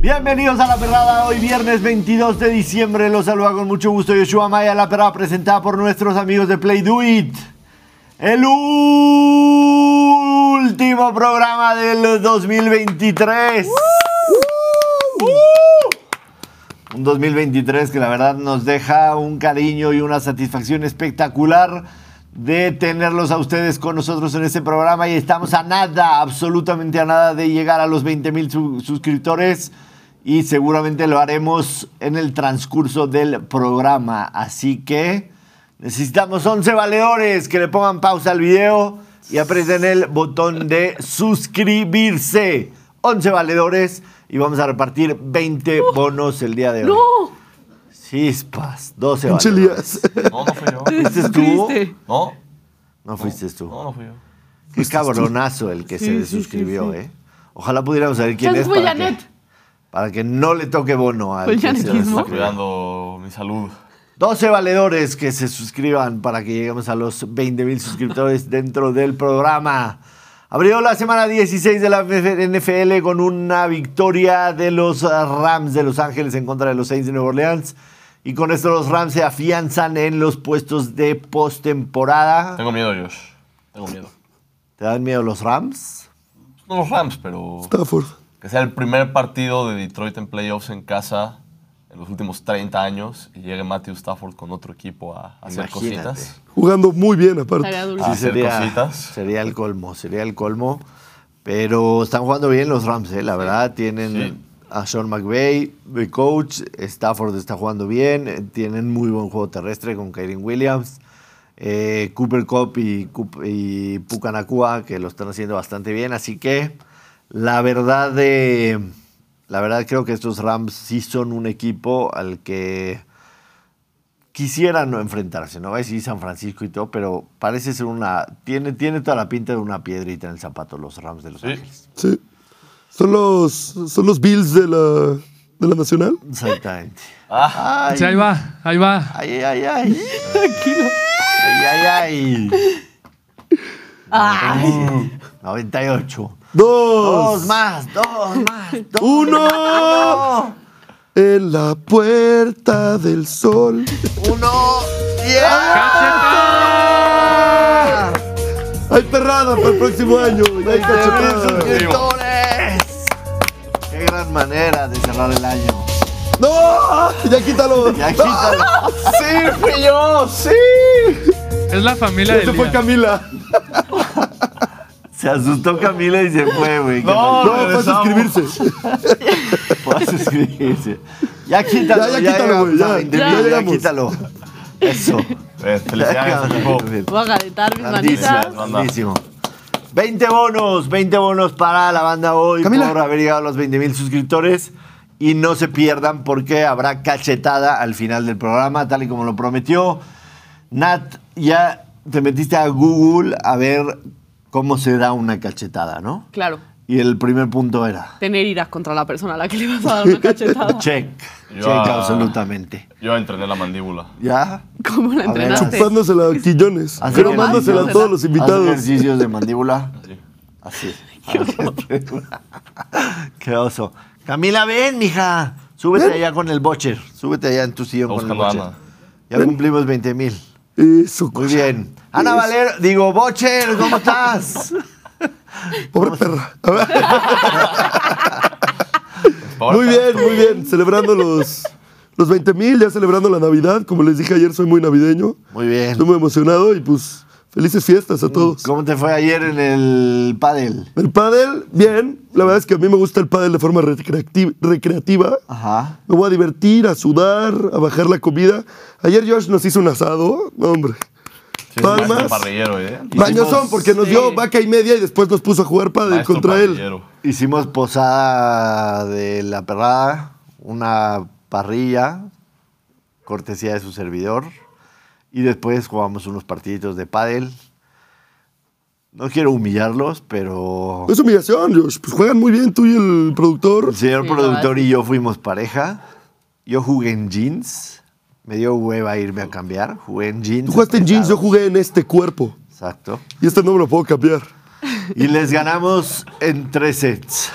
Bienvenidos a La Perrada, hoy viernes 22 de diciembre. Los saluda con mucho gusto Yoshua Maya, La Perrada presentada por nuestros amigos de Play Do It. El último programa del 2023. Uh. Un 2023 que la verdad nos deja un cariño y una satisfacción espectacular de tenerlos a ustedes con nosotros en este programa y estamos a nada, absolutamente a nada de llegar a los 20 mil su- suscriptores y seguramente lo haremos en el transcurso del programa. Así que necesitamos 11 valedores que le pongan pausa al video y aprieten el botón de suscribirse. 11 valedores y vamos a repartir 20 bonos el día de hoy. Chispas, 12 Pinche valedores. Elías. No, no fui yo. ¿Este es tú? Triste. No, No fuiste tú. no, no fui yo. Qué cabronazo el que se Sí, sí, desuscribió, sí, sí. ¿eh? Ojalá pudiéramos saber quién Chance es fue para que, Janet. para que no le toque bono al ¿Fue el que se janetismo? desuscribió. Cuidando mi salud. 12 valedores que se suscriban para que lleguemos a los 20 mil suscriptores dentro del programa. Abrió la semana 16 de la NFL con una victoria de los ah, Rams de Los Ángeles en contra de los Saints de Nueva Orleans. Y con esto los Rams se afianzan en los puestos de postemporada. Tengo miedo, Josh. Tengo miedo. ¿Te dan miedo los Rams? No los Rams, pero Stafford. que sea el primer partido de Detroit en playoffs en casa en los últimos 30 años y llegue Matthew Stafford con otro equipo a, a hacer Imagínate. cositas. Jugando muy bien, Tarea aparte. dulce. Ah, Sí, hacer sería, cositas. sería el colmo, sería el colmo. Pero están jugando bien los Rams, ¿eh? la verdad. Tienen Sí. a Sean McVay, de coach. Stafford está jugando bien. eh, Tienen muy buen juego terrestre con Kyren Williams. Eh, Cooper Cup y, Cup- y Pucanacua, que lo están haciendo bastante bien. Así que la verdad de. La verdad creo que estos Rams sí son un equipo al que quisieran no enfrentarse, ¿no? Sí, San Francisco y todo, pero parece ser una. Tiene, tiene toda la pinta de una piedrita en el zapato los Rams de Los Sí. Ángeles. Sí. Son los, son los Bills de la, de la Nacional. Exactamente. Ah, Ay, Sí, ahí va, ahí va. ay, ay, ay. Ay, ay, ay. Ay, 98. Dos. Dos más, dos más, dos. Uno. No. En la puerta del sol. Uno. ¡Yeah! Hay perrada para el próximo año. y Hay cachetada. suscriptores! ¡Qué gran manera de cerrar el año! No. Ya quítalo. ¡Ya quítalo! Sí, fui yo. Sí. Es la familia de Este fue Camila. Se asustó Camila y se fue, güey. Qué mal- No, para suscribirse. Para suscribirse. Ya quítalo, Ya, ya quítalo, güey, llegamos a ya. 20 Ya mil, ya llegamos. quítalo. Eso. eh, felicidades al equipo. Ah. voy a calentar mis Grandísimo, manitas. banda. grandísimo. 20 bonos, 20 bonos para la banda hoy Camila. por haber llegado a los 20 mil suscriptores. Y no se pierdan porque habrá cachetada al final del programa, tal y como lo prometió. Nat, ya te metiste a Google a ver cómo se da una cachetada, ¿no? Claro, Y el primer punto era. tener iras contra la persona a la que le vas a dar una cachetada. Check. Ya. Check absolutamente. Yo entrené la mandíbula. ¿Ya? ¿Cómo la A ver, entrenaste? Chupándosela a Quillones. Así Pero es. mándosela a todos los Haz invitados. ejercicios de mandíbula. Así. Así. Qué oso. Camila, ven, mija. Súbete allá con el bocher. Súbete allá en tu sillón Está con el buscando bocher. a Ya cumplimos 20 mil. Eso, Muy cosa. bien. Ana Eso. Valero, digo, bocher, ¿cómo estás? Pobre perra. A ver. Por- Muy bien, muy bien. Celebrando los, los 20 mil, ya celebrando la Navidad. Como les dije ayer, soy muy navideño. Muy bien. Estoy muy emocionado y pues felices fiestas a todos. ¿Cómo te fue ayer en el pádel? El pádel, bien. La verdad es que a mí me gusta el pádel de forma recreacti- recreativa. Ajá. Me voy a divertir, a sudar, a bajar la comida. Ayer Josh nos hizo un asado. No, hombre. Sí, Palmas. maestro parrillero, ¿eh? Bañosón, porque nos dio vaca y media y después nos puso a jugar pádel Maestro contra él. parrillero. Hicimos posada de la perrada, una parrilla, cortesía de su servidor. Y después jugamos unos partiditos de pádel. No quiero humillarlos, pero Es humillación, Josh. Pues juegan muy bien tú y el productor. el señor Sí, la productor verdad. y yo fuimos pareja. Yo jugué en jeans. Me dio hueva irme a cambiar. Jugué en jeans. Tú jugaste en jeans, yo apretados. jugué en este cuerpo. Exacto. Y este no me lo puedo cambiar. Y les ganamos en tres sets.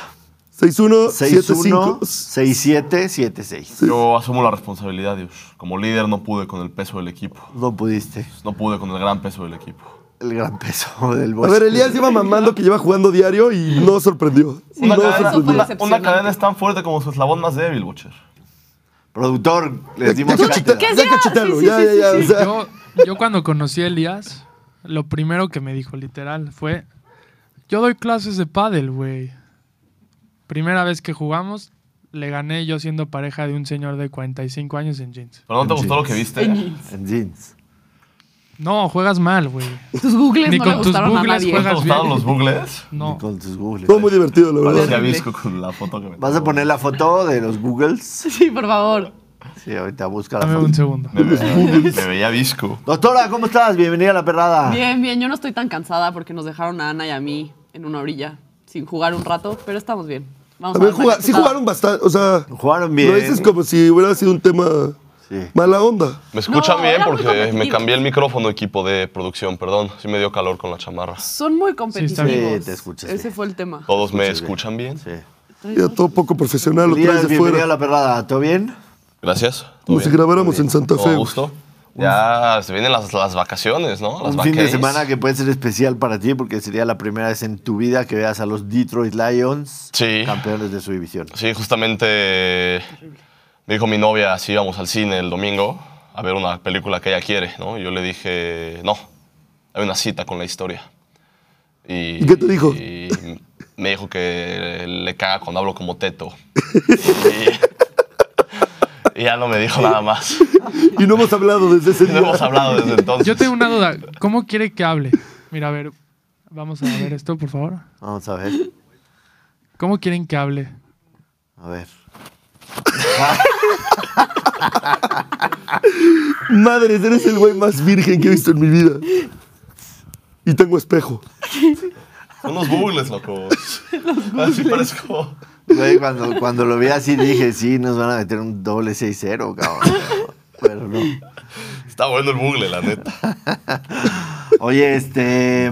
6-1, 6-1, 7-5. 6-7, 7-6. Yo asumo la responsabilidad, Dios. Como líder no pude con el peso del equipo. No pudiste. pues, No pude con el gran peso del equipo. El gran peso del A bosque. ver, Elías Pues, lleva mamando que lleva jugando diario y no sorprendió. Sí, no eso fue cadena, decepcionante. una- sorprendió. una cadena es tan fuerte como su eslabón más débil, Butcher. Productor, les dimos ya, cátedra. cachita- ya cachitaron, Sí, sí, ya, sí, ya, ya, o sea, Yo, yo cuando conocí a Elías, lo primero que me dijo literal fue, yo doy clases de pádel, güey. Primera vez que jugamos, le gané yo siendo pareja de un señor de 45 años en jeans. Pero no te gustó lo que viste. En jeans. No, juegas mal, güey. Tus googles Ni no con le tus gustaron a googles nadie. ¿No te juegas gustaron bien. los bugles? No. Con tus googles. Fue muy divertido, la verdad. Parecía visco con la foto que me ¿Vas a poner la foto de los googles? Sí, por favor. Sí, ahorita busca la Dame foto. un segundo. Me veía, me veía visco. Doctora, ¿cómo estás? Bienvenida a la perrada. Bien, bien. Yo no estoy tan cansada porque nos dejaron a Ana y a mí en una orilla sin jugar un rato, pero estamos bien. Vamos A ver, darle una jugar, sí cachetada. jugaron bastante, o sea, Jugaron bien. lo dices como si hubiera sido un tema Sí. mala onda. Me escuchan No, bien era muy porque me competitivo. cambié el micrófono, equipo de producción, perdón. Sí me dio calor con la chamarra. Son muy está competitivos. bien. Sí, te escuchas, Ese sí. fue el tema. Oh, ¿Todos me escuchas escuchan bien? Sí. Ya todo poco profesional, lo Elías, traes de bienvenida a fuera. la perrada. ¿Todo bien? Gracias. ¿todo Como si bien? grabáramos en Santa ¿Todo Fe. gusto? Ya se vienen las, las vacaciones, ¿no? Las Un fin de vacays. semana que puede ser especial para ti porque sería la primera vez en tu vida que veas a los Detroit Lions Sí. campeones de su división. Sí, justamente me dijo mi novia si íbamos al cine el domingo a ver una película que ella quiere, ¿no? Yo le dije, no, hay una cita con la historia. ¿Y qué te dijo? Y me dijo que le caga cuando hablo como teto. y, y ya no me dijo nada más. Y no hemos hablado desde ese Y No día. hemos hablado desde entonces. Yo tengo una duda. ¿Cómo quiere que hable? Mira, a ver, vamos a ver esto, por favor. Vamos a ver. ¿Cómo quieren que hable? A ver. Madres, eres el güey más virgen que he visto en mi vida. Y tengo espejo. Unos bugles, locos. Así parezco. Güey, cuando, cuando lo vi así dije, sí, nos van a meter un doble 6-0, cabrón. Pero no. Está bueno el bugle, la neta. Oye, este.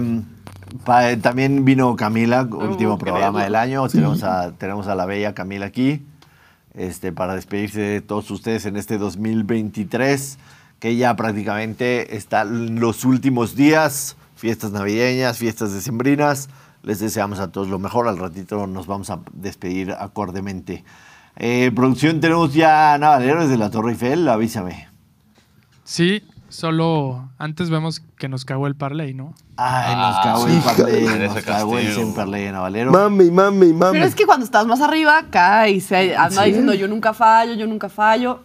pa- también vino Camila, último qué programa bello. del año. Tenemos, a, tenemos a la bella Camila aquí este, para despedirse de todos ustedes en este 2023, que ya prácticamente está en los últimos días, fiestas navideñas, fiestas decembrinas. Les deseamos a todos lo mejor. Al ratito nos vamos a despedir acordemente. Eh, producción, tenemos ya a Ana Valero desde la Torre Eiffel, avísame. Sí, solo antes vemos que nos cagó el parlay, ¿no? Ay, nos Ah, cagó el sí, parlay, híjole, nos ese cagó el castigo. Semperley de Ana Valero. Mame y mame y mame. Pero es que cuando estás más arriba, cae. Se anda diciendo yo nunca fallo, yo nunca fallo.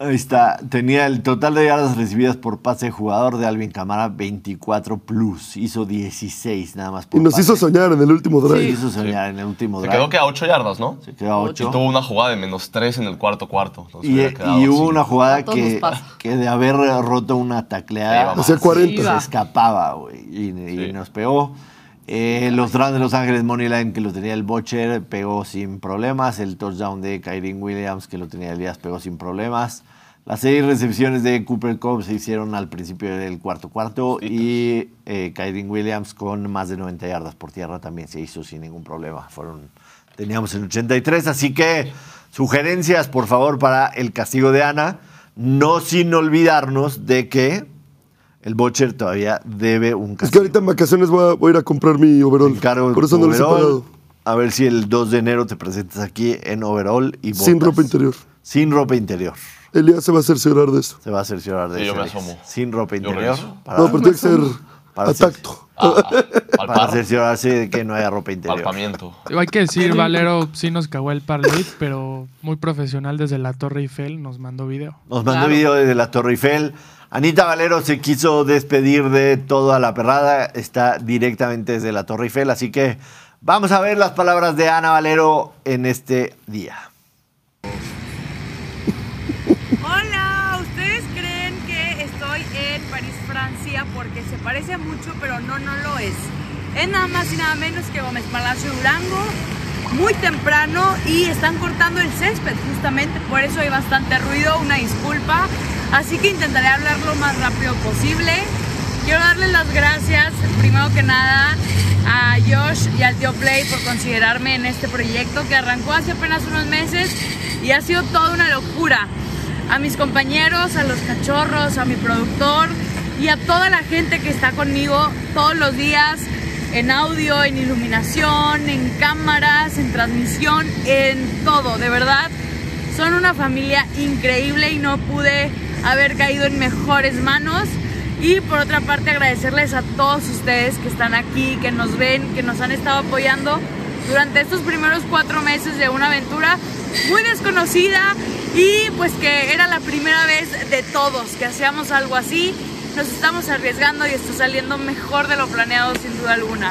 Ahí está. Tenía el total de yardas recibidas por pase de jugador de Alvin Camara 24 plus. Hizo 16 nada más Y por nos pase. hizo soñar en el último Nos drive. hizo soñar en el último Se drive. quedó que a 8 yardas, ¿no? Se quedó a Y 8. tuvo una jugada de menos 3 en el cuarto cuarto. Entonces Y, hubiera quedado y hubo así. una jugada A todos nos que, pasa. que de haber roto una Ahí va tacleada más. Hacía 40. se Iba. escapaba, güey. Y, y Sí. nos pegó. Eh, los Rams de Los Ángeles Moneyline, que lo tenía el Bocher, pegó sin problemas. El touchdown de Kyrie Williams, que lo tenía Elías, pegó sin problemas. Las seis recepciones de Cooper Cobb se hicieron al principio del cuarto cuarto. Y eh, Kyrie Williams, con más de 90 yardas por tierra, también se hizo sin ningún problema. Fueron, teníamos el 83. Así que, sugerencias, por favor, para el castigo de Ana. No sin olvidarnos de que el Bocher todavía debe un Es que castigo. ahorita en vacaciones voy a, voy a ir a comprar mi overall. Encargo Por eso no les he overall. pagado. A ver si el 2 de enero te presentas aquí en overall y botas. Sin ropa interior. Sin ropa interior. Elías se va a cerciorar de eso. Se va a cerciorar de Sí, yo eso, me Alex. asomo. Sin ropa Yo interior. regreso. Para, no, pero tiene que ser para a tacto. Ah, al para par, cerciorarse de que no haya ropa interior. palpamiento. Digo, Hay que decir, Valero sí nos cagó el parlay, pero muy profesional desde la Torre Eiffel nos mandó video. Nos mandó Claro. video desde la Torre Eiffel. Anita Valero se quiso despedir de toda la perrada. Está directamente desde la Torre Eiffel. Así que vamos a ver las palabras de Ana Valero en este día. Hola, ¿ustedes creen que estoy en París, Francia? Porque se parece mucho, pero no, no lo es. Es nada más y nada menos que Gómez Palacio Durango, muy temprano y están cortando el césped justamente, por eso hay bastante ruido, una disculpa. Así que intentaré hablar lo más rápido posible. Quiero darles las gracias, primero que nada, a Josh y al tío Play por considerarme en este proyecto que arrancó hace apenas unos meses y ha sido toda una locura. A mis compañeros, a los cachorros, a mi productor y a toda la gente que está conmigo todos los días en audio, en iluminación, en cámaras, en transmisión, en todo. De verdad, son una familia increíble y no pude haber caído en mejores manos. Y por otra parte agradecerles a todos ustedes que están aquí, que nos ven, que nos han estado apoyando durante estos primeros cuatro meses de una aventura muy desconocida y pues que era la primera vez de todos que hacíamos algo así. Nos estamos arriesgando y está saliendo mejor de lo planeado sin duda alguna.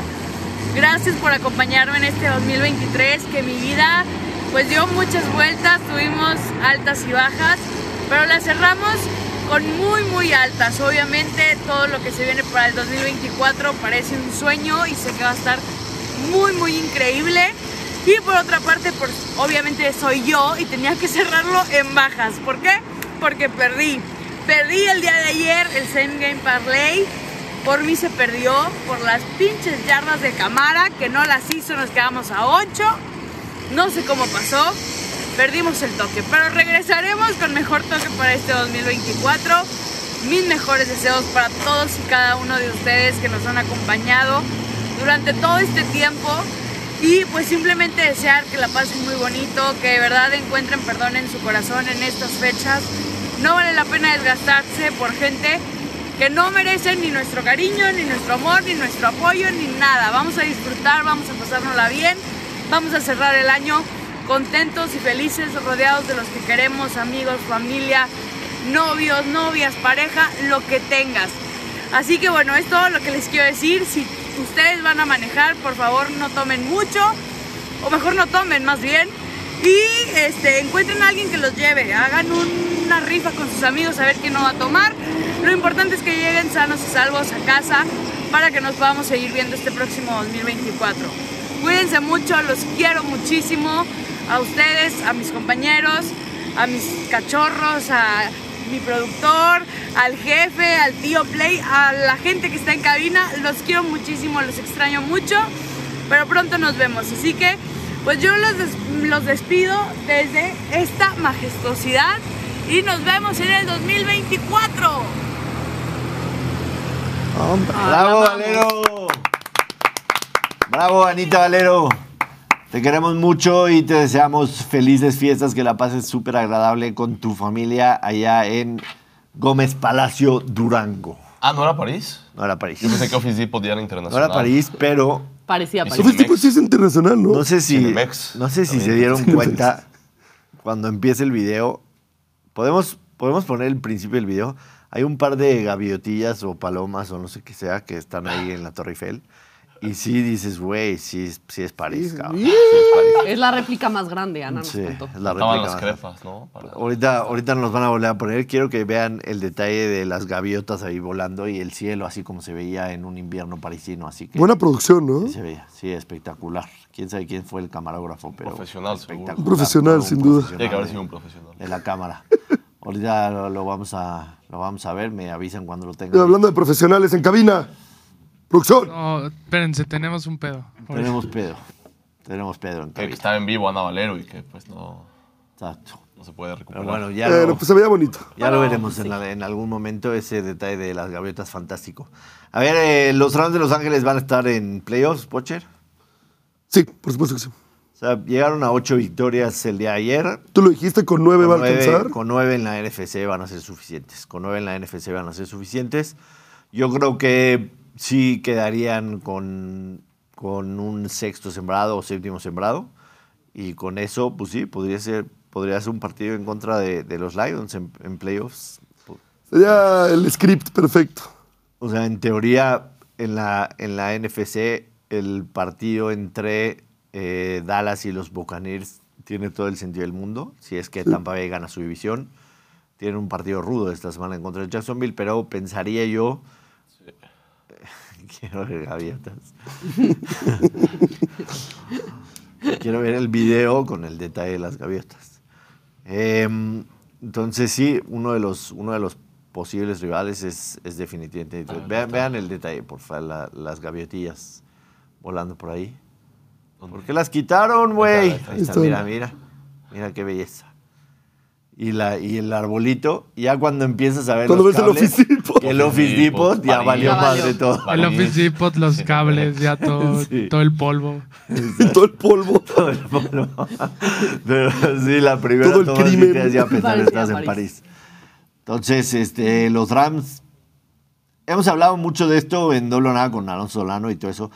Gracias por acompañarme en este 2023, que mi vida pues dio muchas vueltas, tuvimos altas y bajas, pero la cerramos con muy muy altas. Obviamente todo lo que se viene para el 2024 parece un sueño y sé que va a estar muy muy increíble. Y por otra parte, pues, obviamente soy yo y tenía que cerrarlo en bajas. ¿Por qué? Porque perdí. Perdí el día de ayer el Same Game Parlay. Por mí se perdió, por las pinches yardas de cámara que no las hizo, nos quedamos a 8. No sé cómo pasó, perdimos el toque, pero regresaremos con mejor toque para este 2024. Mis mejores deseos para todos y cada uno de ustedes que nos han acompañado durante todo este tiempo. Y pues simplemente desear que la pasen muy bonito, que de verdad encuentren perdón en su corazón en estas fechas. No vale la pena desgastarse por gente que no merecen ni nuestro cariño, ni nuestro amor, ni nuestro apoyo, ni nada. Vamos a disfrutar, vamos a pasárnosla bien. Vamos a cerrar el año contentos y felices, rodeados de los que queremos, amigos, familia, novios, novias, pareja, lo que tengas. Así que bueno, es todo lo que les quiero decir. Si ustedes van a manejar, por favor no tomen mucho, o mejor no tomen más bien. Y este, encuentren a alguien que los lleve, hagan una rifa con sus amigos a ver quién no va a tomar. Lo importante es que lleguen sanos y salvos a casa para que nos podamos seguir viendo este próximo 2024. Cuídense mucho, los quiero muchísimo. A ustedes, a mis compañeros, a mis cachorros, a mi productor, al jefe, al tío Play, a la gente que está en cabina. Los quiero muchísimo, los extraño mucho. Pero pronto nos vemos. Así que, pues yo los, des- los despido desde esta majestuosidad. Y nos vemos en el 2024. ¡Bravo, Valero! ¡Bravo, Anita Valero! Te queremos mucho y te deseamos felices fiestas, que la pases súper agradable con tu familia allá en Gómez Palacio, Durango. Ah, ¿no era París? No era París. Yo pensé que Office Depot ya era No internacional. era París, pero Parecía Y París. sí. Office Depot sí es internacional, ¿no? no sé si, Cinemex. no sé si También. se dieron cuenta cuando empiece el video. ¿Podemos, podemos poner el principio del video. Hay un par de gaviotillas o palomas o no sé qué sea que están ahí en la Torre Eiffel. Y sí dices, güey, sí, es- sí es París, cabrón. Sí es París. Es la réplica más grande, Ana nos Sí, contó. es la Estaban réplica las más- crepas, ¿no? Para- Ahorita, ahorita nos van a volver a poner. Quiero que vean el detalle de las gaviotas ahí volando y el cielo así como se veía en un invierno parisino. Así que Buena producción, ¿no? sí se veía, sí, espectacular. Quién sabe quién fue el camarógrafo, pero Profesional, seguro. espectacular. Un profesional, Un sin duda. profesional Tiene que haber sido de- un profesional. De la cámara. Ahorita lo, lo vamos a, lo vamos a ver. Me avisan cuando lo Y tengan. hablando de profesionales en cabina. Producción. No, espérense, tenemos un pedo. Tenemos pedo. Tenemos pedo en Que cabina. estaba en vivo Ana Valero y que pues no, Exacto. no se puede Pero recuperar. bueno, ya Eh, lo- pues se veía bonito. Ya lo veremos en, la- en algún momento, ese detalle de las gaviotas, fantástico. A ver, eh, los Rams de Los Ángeles van a estar en playoffs, Pocher. Sí, por supuesto que sí. O sea, llegaron a ocho victorias el día de ayer. Tú lo dijiste, con nueve Con va a nueve- alcanzar. con nueve en la NFC van a ser suficientes. Con nueve en la NFC van a ser suficientes. Yo creo que sí quedarían con, con un sexto sembrado o séptimo sembrado. Y con eso, pues sí, podría ser, podría ser un partido en contra de, de los Lions en- en playoffs. Sería el script perfecto. O sea, en teoría, en la, en la NFC, el partido entre eh, Dallas y los Buccaneers tiene todo el sentido del mundo. Si es que Tampa Bay gana su división, tienen un partido rudo esta semana en contra de Jacksonville, pero pensaría yo. Quiero ver gaviotas. Quiero ver el video con el detalle de las gaviotas. Em, entonces sí, uno de los, uno de los posibles rivales es, es definitivamente. Detroit. Vean, vean el detalle, por favor, la- las gaviotillas volando por ahí. ¿Por qué las quitaron, güey? Ahí está, Ahí está, Esto- mira, mira. Mira qué belleza. Y, la, y el arbolito, ya cuando empiezas a ver Cuando los ves el cables, Office Depot. El Office Depot ya París. valió Ya pues, valió. madre todo. El París. Office Depot, los cables, ya todo, Sí. todo el polvo. Y todo el polvo. todo el polvo. Pero sí, la primera Todo el toma sí crimen. te hacía pensar, Parecía estás en París. París. Entonces, este, los Rams. Hemos hablado mucho de esto en Doble o Nada con Alonso Solano y todo eso.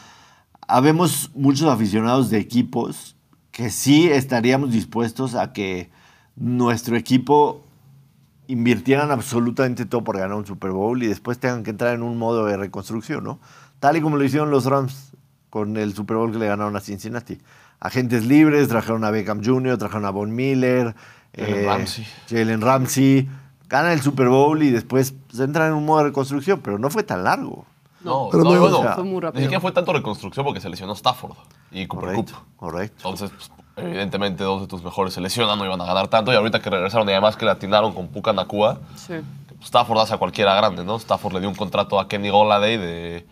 Habemos muchos aficionados de equipos que sí estaríamos dispuestos a que nuestro equipo invirtieran absolutamente todo por ganar un Super Bowl y después tengan que entrar en un modo de reconstrucción, ¿no? Tal y como lo hicieron los Rams con el Super Bowl que le ganaron a Cincinnati. Agentes libres, trajeron a Beckham Jr., trajeron a Von Miller, eh, Jalen Ramsey. Jalen Ramsey. Ganan el Super Bowl y después se entran en un modo de reconstrucción, pero no fue tan largo. No, Pero no, no, bueno, o sea, Fue muy rápido. Ni siquiera fue tanto reconstrucción porque se lesionó Stafford y Cooper Correcto, Kupp. correcto. Entonces, pues, evidentemente, dos de tus mejores se lesionan, no iban a ganar tanto. Y ahorita que regresaron y además que le atinaron con Puka Nakua, Sí. pues, Stafford hace a cualquiera grande, ¿no? Stafford le dio un contrato a Kenny Golladay de...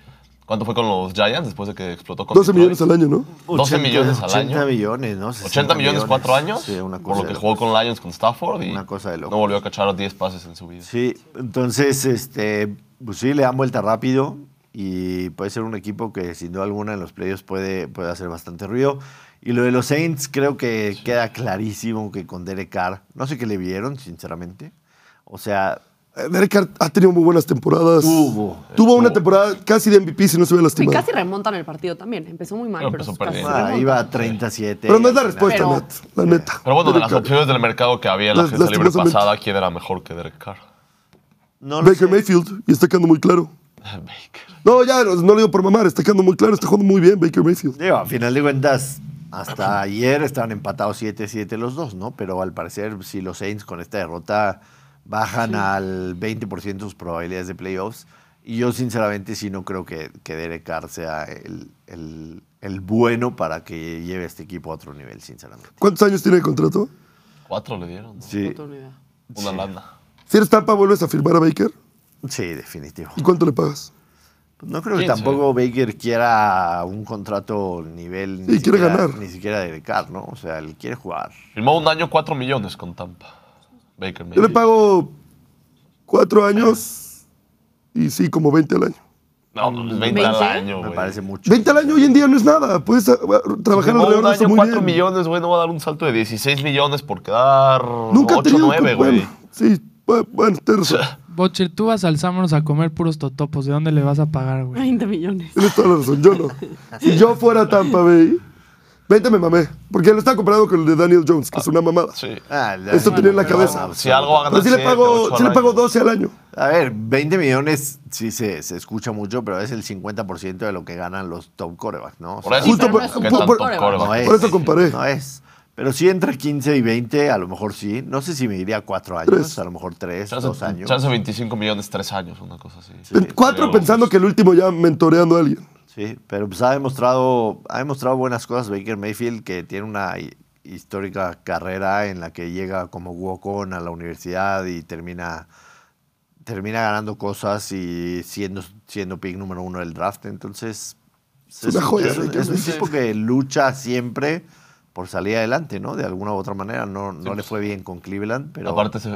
¿Cuánto fue con los Giants después de que explotó con 12 Detroit? millones al año, ¿no? 12 millones al 80 año. millones, ¿no? 60 80 millones, cuatro años. Sí, una cosa por lo de que locos. jugó con Lions con Stafford y Una cosa de locos. no volvió a cachar 10 pases en su vida. Sí, entonces, este, pues sí, le dan vuelta rápido y puede ser un equipo que sin duda alguna en los playoffs puede, puede hacer bastante ruido. Y lo de los Saints creo que queda clarísimo que con Derek Carr, no sé qué le vieron, sinceramente. O sea, Eh, Derek Carr ha tenido muy buenas temporadas. Tuvo. Tuvo una Tuvo. temporada casi de MVP si no se hubiera Y lastimado. casi remontan el partido también. Empezó muy mal, Pero pero empezó casi perdiendo. Pues ah, remontan. iba a 37. Pero no es la al final. respuesta, Pero- Nat, la neta. Pero bueno, de Derek las Carr. opciones del mercado que había en la Las- agencia libre lastimosamente. pasada, ¿quién era mejor que Derek Carr? No lo sé. Baker Mayfield, y está quedando muy claro. Ah, Baker. No, ya, no no lo digo por mamar, está quedando muy claro, está jugando muy bien Baker Mayfield. Digo, a final de cuentas, hasta ayer estaban empatados 7-7 los dos, ¿no? Pero al parecer, si los Saints con esta derrota bajan al 20% sus probabilidades de playoffs, y yo sinceramente sí no creo que, que Derek Carr sea el, el- el bueno para que lleve este equipo a otro nivel, sinceramente. ¿Cuántos años tiene de contrato? Cuatro le dieron. ¿no? Sí, No tengo ni idea. Una Sí. lana. Si eres Tampa, vuelves a firmar a Baker. sí, definitivo. ¿Y cuánto le pagas? No creo que 15. tampoco Baker quiera un contrato nivel Sí, quiere siquiera- ganar. ni siquiera Derek Carr, ¿no? O sea, él quiere jugar. Firmó un año 4 millones con Tampa. Baker Yo le Mayfield. pago cuatro años y sí, como 20 al año. No, no, es 20 al ¿Veinte? año, Me güey. parece mucho. 20 al año hoy en día no es nada. Puedes ah, trabajar Firmó alrededor un de eso año muy 4 bien. millones, güey, no va a dar un salto de 16 millones por quedar Nunca ha 8 tenido. 9, bueno, güey. sí, bu- bueno, tienes razón. Bocher, tú vas al Sámonos a comer puros totopos. ¿De dónde le vas a pagar, güey? 20 millones. Tienes toda la razón. Yo no. Si yo fuera Tampa Bay, 20 me mamé. Porque lo está comparado con el de Daniel Jones, que es una mamada. Sí. Ah, Esto tenía en la pero- cabeza. Si algo va a Pero ganar sí le 7, pago, 8 al sí le pago año. 12 al año. A ver, 20 millones sí se, se escucha mucho, pero es el 50% de lo que ganan los top corebacks, ¿no? O Por sea, eso. Justo pero por- no es un por- tanto por- coreback. no es. Por eso comparé. no es. Pero sí entre 15 y 20, a lo mejor sí. No sé si me iría a 4 años, Tres. a lo mejor 3, Chance, 2 años. chance 25 millones, 3 años, una cosa así. En Cuatro pensando que el último ya mentoreando a alguien. Sí, pero pues ha demostrado, ha demostrado buenas cosas Baker Mayfield, que tiene una hi- histórica carrera en la que llega como walk-on a la universidad y termina, termina ganando cosas y siendo, siendo pick número uno del draft. Entonces, una joya, es un- Baker es un Mayfield. tipo que lucha siempre por salir adelante, ¿no? De alguna u otra manera. No, no le fue bien con Cleveland, pero... Aparte, se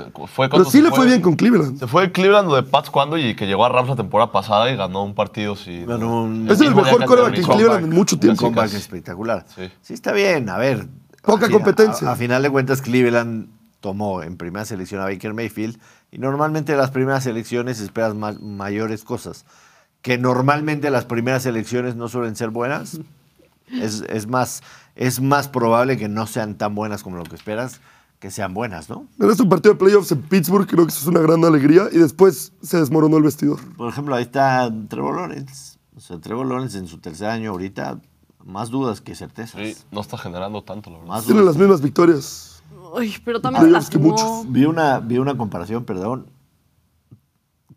Pero fue cuando sí se le fue bien con Cleveland. Se fue de Cleveland o de Pats cuando y que llegó a Rams la temporada pasada y ganó un partido sin. Ganó un- Es el mismo día mejor que coreback en Antonio Cleveland en comeback, mucho Un tiempo. comeback Casi, casi. espectacular. Sí. Sí. está bien, a ver. Poca a- competencia. A, a final de cuentas, Cleveland tomó en primera selección a Baker Mayfield y normalmente de las primeras selecciones esperas ma- mayores cosas. Que normalmente las primeras selecciones no suelen ser buenas. Es, es más, es más probable que no sean tan buenas como lo que esperas, que sean buenas, ¿no? Ganaste un partido de playoffs en Pittsburgh, creo que eso es una gran alegría. Y después se desmoronó el vestidor. Por ejemplo, ahí está Trevor Lawrence. O sea, Trevor Lawrence en su tercer año ahorita, más dudas que certezas. Sí, no está generando tanto, la verdad. Más Tiene dudas las mismas victorias. Uy, pero también se Dios, que lastimó. Vi una, vi una comparación, perdón.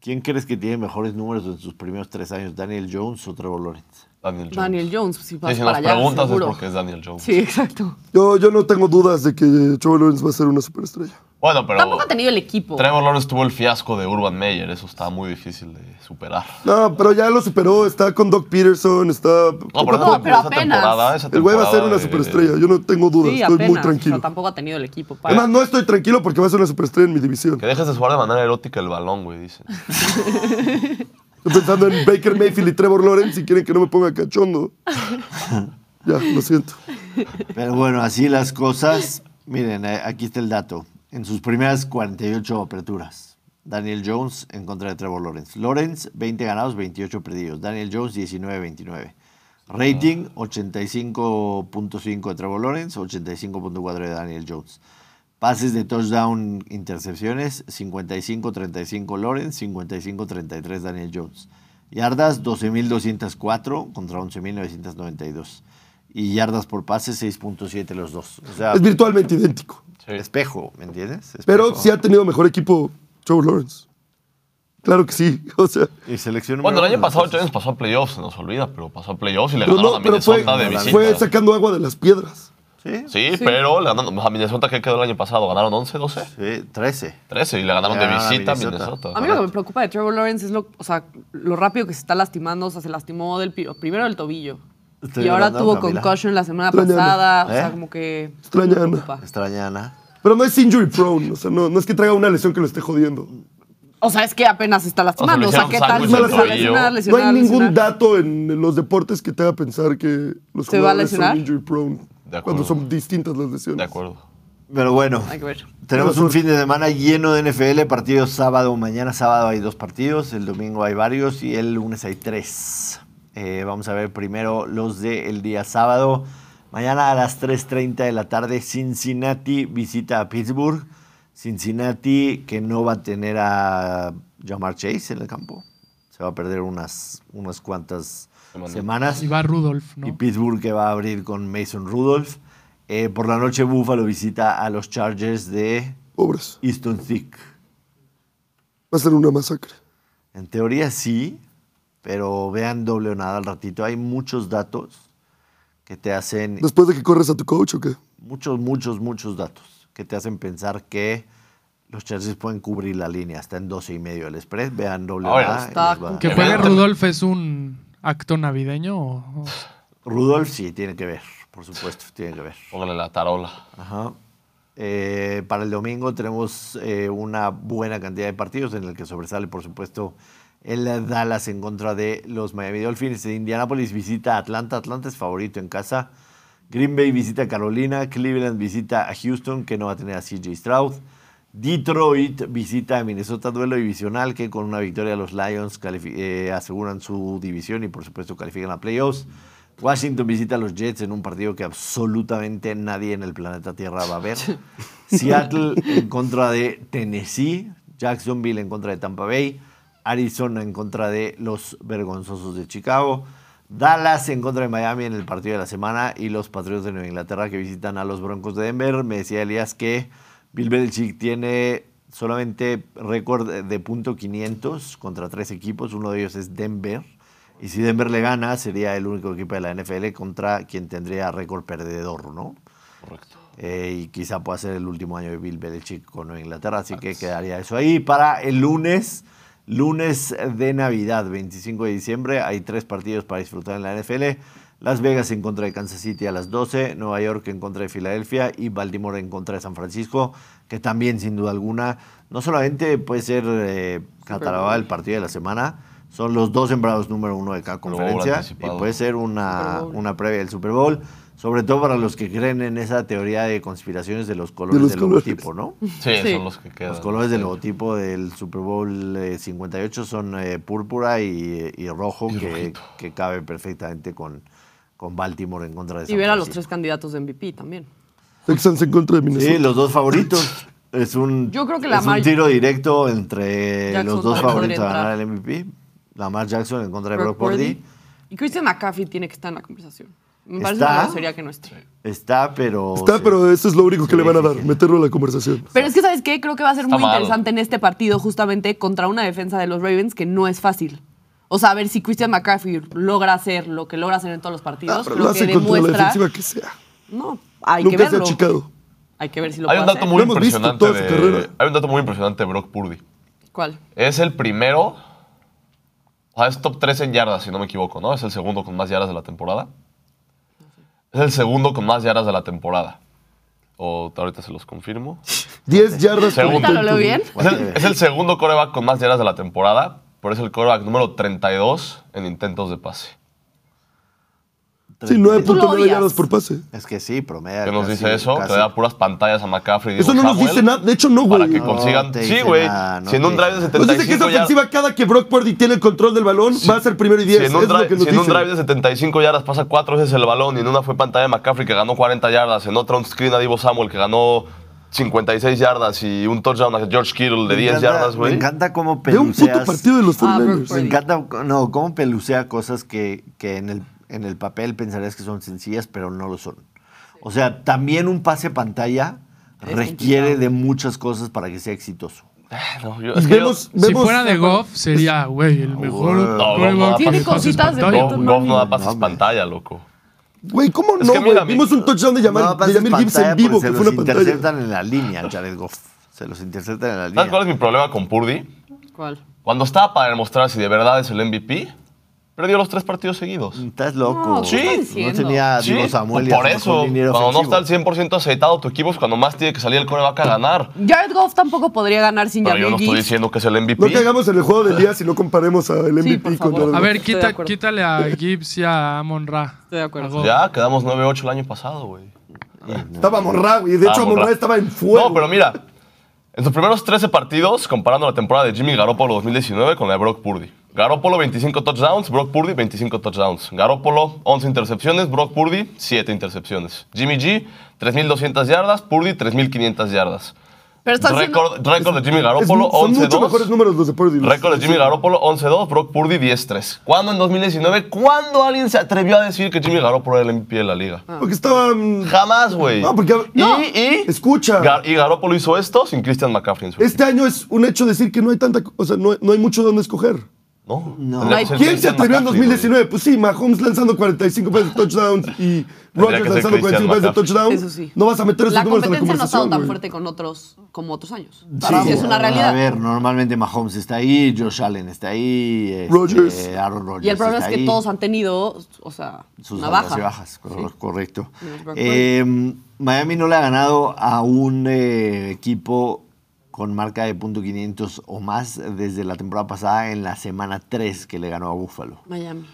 ¿Quién crees que tiene mejores números en sus primeros tres años? ¿Daniel Jones o Trevor Lawrence? Daniel Jones. Daniel Jones, si vas Sí, si para nos allá, preguntas es seguro. porque es Daniel Jones. Sí, exacto. Yo, yo no tengo dudas de que Trevor Lawrence va a ser una superestrella. Bueno, pero. Tampoco ha tenido el equipo. Trevor Lawrence tuvo el fiasco de Urban Meyer. Eso está muy difícil de superar. No, pero ya lo superó. Está con Doc Peterson, está. No, pero, No, pero esa apenas. temporada- esa el güey va a ser temporada una de- superestrella. Yo no tengo dudas. Sí, Estoy apenas. muy tranquilo. Pero tampoco ha tenido el equipo para. Además, no estoy tranquilo porque va a ser una superestrella en mi división. Que dejes de jugar de manera erótica el balón, güey, dicen. Estoy pensando en Baker Mayfield y Trevor Lawrence y quieren que no me ponga cachondo. ya, lo siento. Pero bueno, así las cosas. Miren, eh, aquí está el dato. En sus primeras 48 aperturas, Daniel Jones en contra de Trevor Lawrence. Lawrence, 20 ganados, 28 perdidos. Daniel Jones, 19-29. Rating, 85.5 de Trevor Lawrence, 85.4 de Daniel Jones. Pases de touchdown, intercepciones, 55-35 Lawrence, 55-33 Daniel Jones. Yardas, 12.204 contra 11.992. Y yardas por pase, 6.7 los dos. O sea, Es virtualmente idéntico. Sí. espejo, ¿me entiendes? Pero Espejo. sí ha tenido mejor equipo Trevor Lawrence. Claro que sí. O sea, Y selección Bueno, el número año uno, pasado entonces. Giants pasó a playoffs, se nos olvida, pero pasó a playoffs y le pero ganaron no, a pero fue, Minnesota de visita. fue sacando agua de las piedras. Sí, Sí, pero le ganaron a Minnesota que quedó el año pasado, ganaron 11, 12, sí, 13. 13 y le ganaron Le Ah, de ganaron a visita a Minnesota. Minnesota. A mí lo que me preocupa de Trevor Lawrence es lo, o sea, lo rápido que se está lastimando. O sea, se lastimó del pi- primero del tobillo. Estoy y ahora llorando, tuvo Camila. concussion la semana Estoy llorando. pasada. O ¿Eh? sea, como que. Extraña, me Ana. preocupa. Extraña, Ana. Pero no es injury prone. O sea, no, no es que traiga una lesión que lo esté jodiendo. O sea, es que apenas se está lastimando. le O sea, hicieron ¿qué tal? sándwich si se al va a tobillo. lesionar, No lesionar, hay ningún lesionar? dato en los deportes que te haga pensar que los ¿Se va a jugadores lesionar? son injury prone De acuerdo. cuando son distintas las lesiones. De acuerdo. Pero bueno, Hay que ver. tenemos un fin de semana lleno de NFL, partidos sábado, mañana sábado hay dos partidos, el domingo hay varios y el lunes hay tres. Eh, vamos a ver primero los del día sábado. Mañana a las 3.30 de la tarde Cincinnati visita a Pittsburgh. Cincinnati que no va a tener a Jamar Chase en el campo. Se va a perder unas, unas cuantas Semanas. semanas. Y va Rudolph, Y ¿no? Pittsburgh que va a abrir con Mason Rudolph. Eh, por la noche Buffalo visita a los Chargers de Pobres. Easton Thick. Va a ser una masacre. En teoría sí, pero vean doble o nada al ratito. Hay muchos datos que te hacen, ¿Después de que corres a tu coach o qué? muchos, muchos, muchos datos que te hacen pensar que los Chargers pueden cubrir la línea hasta en 12 y medio el spread. Vean doble o Ahora, nada. y está les va- con Que Evidentemente. juegue Rudolph es un acto navideño. o- o- Rudolph sí tiene que ver, por supuesto, tiene que ver. Póngale la tarola. Ajá. Eh, para el domingo tenemos eh, una buena cantidad de partidos en el que sobresale, por supuesto, el Dallas en contra de los Miami Dolphins. Eh, Indianapolis visita a Atlanta. Atlanta es favorito en casa. Green Bay visita a Carolina. Cleveland visita a Houston, que no va a tener a CJ Stroud. Detroit visita a Minnesota, duelo divisional que con una victoria los Lions califi- eh, aseguran su división y por supuesto califican a playoffs. Washington visita a los Jets en un partido que absolutamente nadie en el planeta Tierra va a ver. Seattle en contra de Tennessee, Jacksonville en contra de Tampa Bay, Arizona en contra de los vergonzosos de Chicago, Dallas en contra de Miami en el partido de la semana y los Patriotas de Nueva Inglaterra que visitan a los Broncos de Denver. Me decía Elías que Bill Belichick tiene solamente récord de punto 500 contra tres equipos, uno de ellos es Denver. Y si Denver le gana, sería el único equipo de la NFL contra quien tendría récord perdedor, ¿no? Correcto. Eh, y quizá pueda ser el último año de Bill Belichick con Nueva Inglaterra, así que quedaría eso ahí. Para el lunes, lunes de Navidad, 25 de diciembre, hay tres partidos para disfrutar en la NFL. Las Vegas en contra de Kansas City a las 12, Nueva York en contra de Filadelfia y Baltimore en contra de San Francisco, que también sin duda alguna no solamente puede ser eh, catalogado el partido de la semana, son los dos sembrados número uno de cada Bowl conferencia y anticipado. puede ser una, una previa del Super Bowl, sobre todo para los que creen en esa teoría de conspiraciones de los colores los del colores. logotipo, ¿no? Sí, Sí. son los que quedan. Los colores del logotipo del Super Bowl eh, 58 son eh, púrpura y, y rojo, Y que, rojito. que cabe perfectamente con, con Baltimore en contra de Y San ver a los tres Francisco. candidatos de MVP también. Texans en contra de Sí, Minnesota. los dos favoritos. Es un, Yo creo que es Lamar- un tiro directo entre Jackson los dos va a poder favoritos a ganar entrar. el MVP. Lamar Jackson en contra de Brock Brock Purdy. Purdy. Y Christian McCaffrey tiene que estar en la conversación. Me parece ¿Está? una grosería que no esté. pues Está, pero... Está, se- pero eso es lo único que Sí, le van a sí, dar, sí. meterlo a la conversación. Pero es que, ¿sabes qué? Creo que va a ser Está muy mal. interesante en este partido, justamente contra una defensa de los Ravens que no es fácil. O sea, a ver si Christian McCaffrey logra hacer lo que logra hacer en todos los partidos, Ah, pero lo lo que hace contra la demuestra. defensiva que sea. No, hay que Nunca sea verlo. Chicago. Hay que ver si lo Hay puede un dato hacer. muy Lo hemos visto impresionante. toda su De, carrera. hay un dato muy impresionante de Brock Purdy. ¿Cuál? Es el primero. O sea, es top 3 en yardas, si no me equivoco, ¿no? Es el segundo con más yardas de la temporada. Es el segundo con más yardas de la temporada. O ahorita se los confirmo. 10 yardas por Segundo. intento. Cuéntalo bien. Es el, es el segundo coreback con más yardas de la temporada, pero es el coreback número 32 en intentos de pase. Tú Sí, lo 9.9 odias. yardas por pase. Es que sí, promedio. ¿Qué nos casi- dice eso? casi- Que le da puras pantallas a McCaffrey. y Eso Divo no nos Samuel dice nada. De hecho, no, Para güey. que Nos consigan. te sí, dice güey. nada, no si en te un drive de dice 75 dice que esa yardas. ofensiva, cada que Brock Purdy tiene el control del balón, va a ser primero y 10. Si en, un es lo drive, que nos si en un dice. drive de 75 yardas pasa cuatro veces el balón y en una fue pantalla de McCaffrey que ganó 40 yardas, en otra un screen a Divo Samuel que ganó 56 yardas y un touchdown a George Kittle Me de 10 encanta- yardas, Pues Me güey. encanta cómo De un puto peluceas. partido de los Ah, Brock 49ers. Me Purdy. encanta, no, cómo pelucea cosas que, que en, el, en el papel pensarías que son sencillas, pero no lo son. O sea, también un pase pantalla requiere de muchas cosas para que sea exitoso. Eh, No, yo- Y es que yo- vemos, Si vemos- fuera de Goff, sería, güey, el güey. mejor. No, Goff Ah, no quarterback da que Tiene pase cositas de pantalla. Goff, Goff no da No, pases hombre. pantalla, loco. Güey, ¿cómo Es no, que güey? mira, mi- Vimos un touchdown de Jamal, No, de pases Jamil Gibbs pantalla en vivo, porque que se fue los una pantalla. interceptan en la línea, Jared Goff. Se los interceptan en la línea. ¿Sabes cuál es mi problema con Purdy? ¿Cuál? Cuando estaba para demostrar si de verdad es el MVP, perdió los tres partidos seguidos. Estás loco. No, Sí. estás No diciendo? tenía Sí, Divo Samuel. y por hacemos eso, un liniero cuando no ofensivo. está al 100% aceitado tu equipo es cuando más tiene que salir el coreback a ganar. Jared Goff tampoco podría ganar sin Pero yo Javier no estoy Gibbs. diciendo que es el No MVP. cagamos en el juego del día si no comparemos al MVP por con favor. Jared A ver, Estoy de quita- acuerdo. quítale a Gibbs y a Amon Ra. Estoy de acuerdo. A Goff. ya, quedamos 9-8 el año pasado, güey. Estaba Monra, güey. De hecho, Ah, Monra. Monra estaba en fuego. No, pero mira, en sus primeros 13 partidos, comparando la temporada de Jimmy Garoppolo 2019 con la de Brock Purdy. Garoppolo 25 touchdowns, Brock Purdy 25 touchdowns. Garoppolo 11 intercepciones, Brock Purdy 7 intercepciones. Jimmy G 3200 yardas, Purdy 3500 yardas. Pero estás haciendo- Récord récord de Jimmy Es- Garoppolo son mucho mejores 11-2. números los de Purdy. Récord de Jimmy Garoppolo 11-2, Brock Purdy 10-3. ¿Cuándo en 2019? ¿Cuándo alguien se atrevió a decir que Jimmy Garoppolo era el MVP de la liga? Porque estaban... Jamás, güey. No, porque... Y, y- Escucha. Gar- y Garoppolo hizo esto sin Christian McCaffrey en su Este año es un hecho decir que no hay tanta... O sea, no, no hay mucho donde escoger. No. No hay- Tendría que ser ¿Quién se Christian atrevió en McCaffrey, 2019? Pues sí, Mahomes lanzando 45 veces touchdowns y que Rodgers ser lanzando 45 veces Christian touchdowns. Eso sí. No vas a meter esos La números en la competencia no ha estado conversación, tan güey. fuerte con otros como otros años. Sí, Sí, es una A realidad. ver, normalmente Mahomes está ahí, Josh Allen está ahí, este, Rodgers. Aaron Rodgers. Y el problema es pues, está que ahí. todos han tenido, o sea, sus una altas baja. y bajas, cor- correcto. Menos Brock Eh, Miami no le ha ganado a un eh, equipo con marca de punto .500 o más desde la temporada pasada en la semana 3 que le ganó a Buffalo. Miami.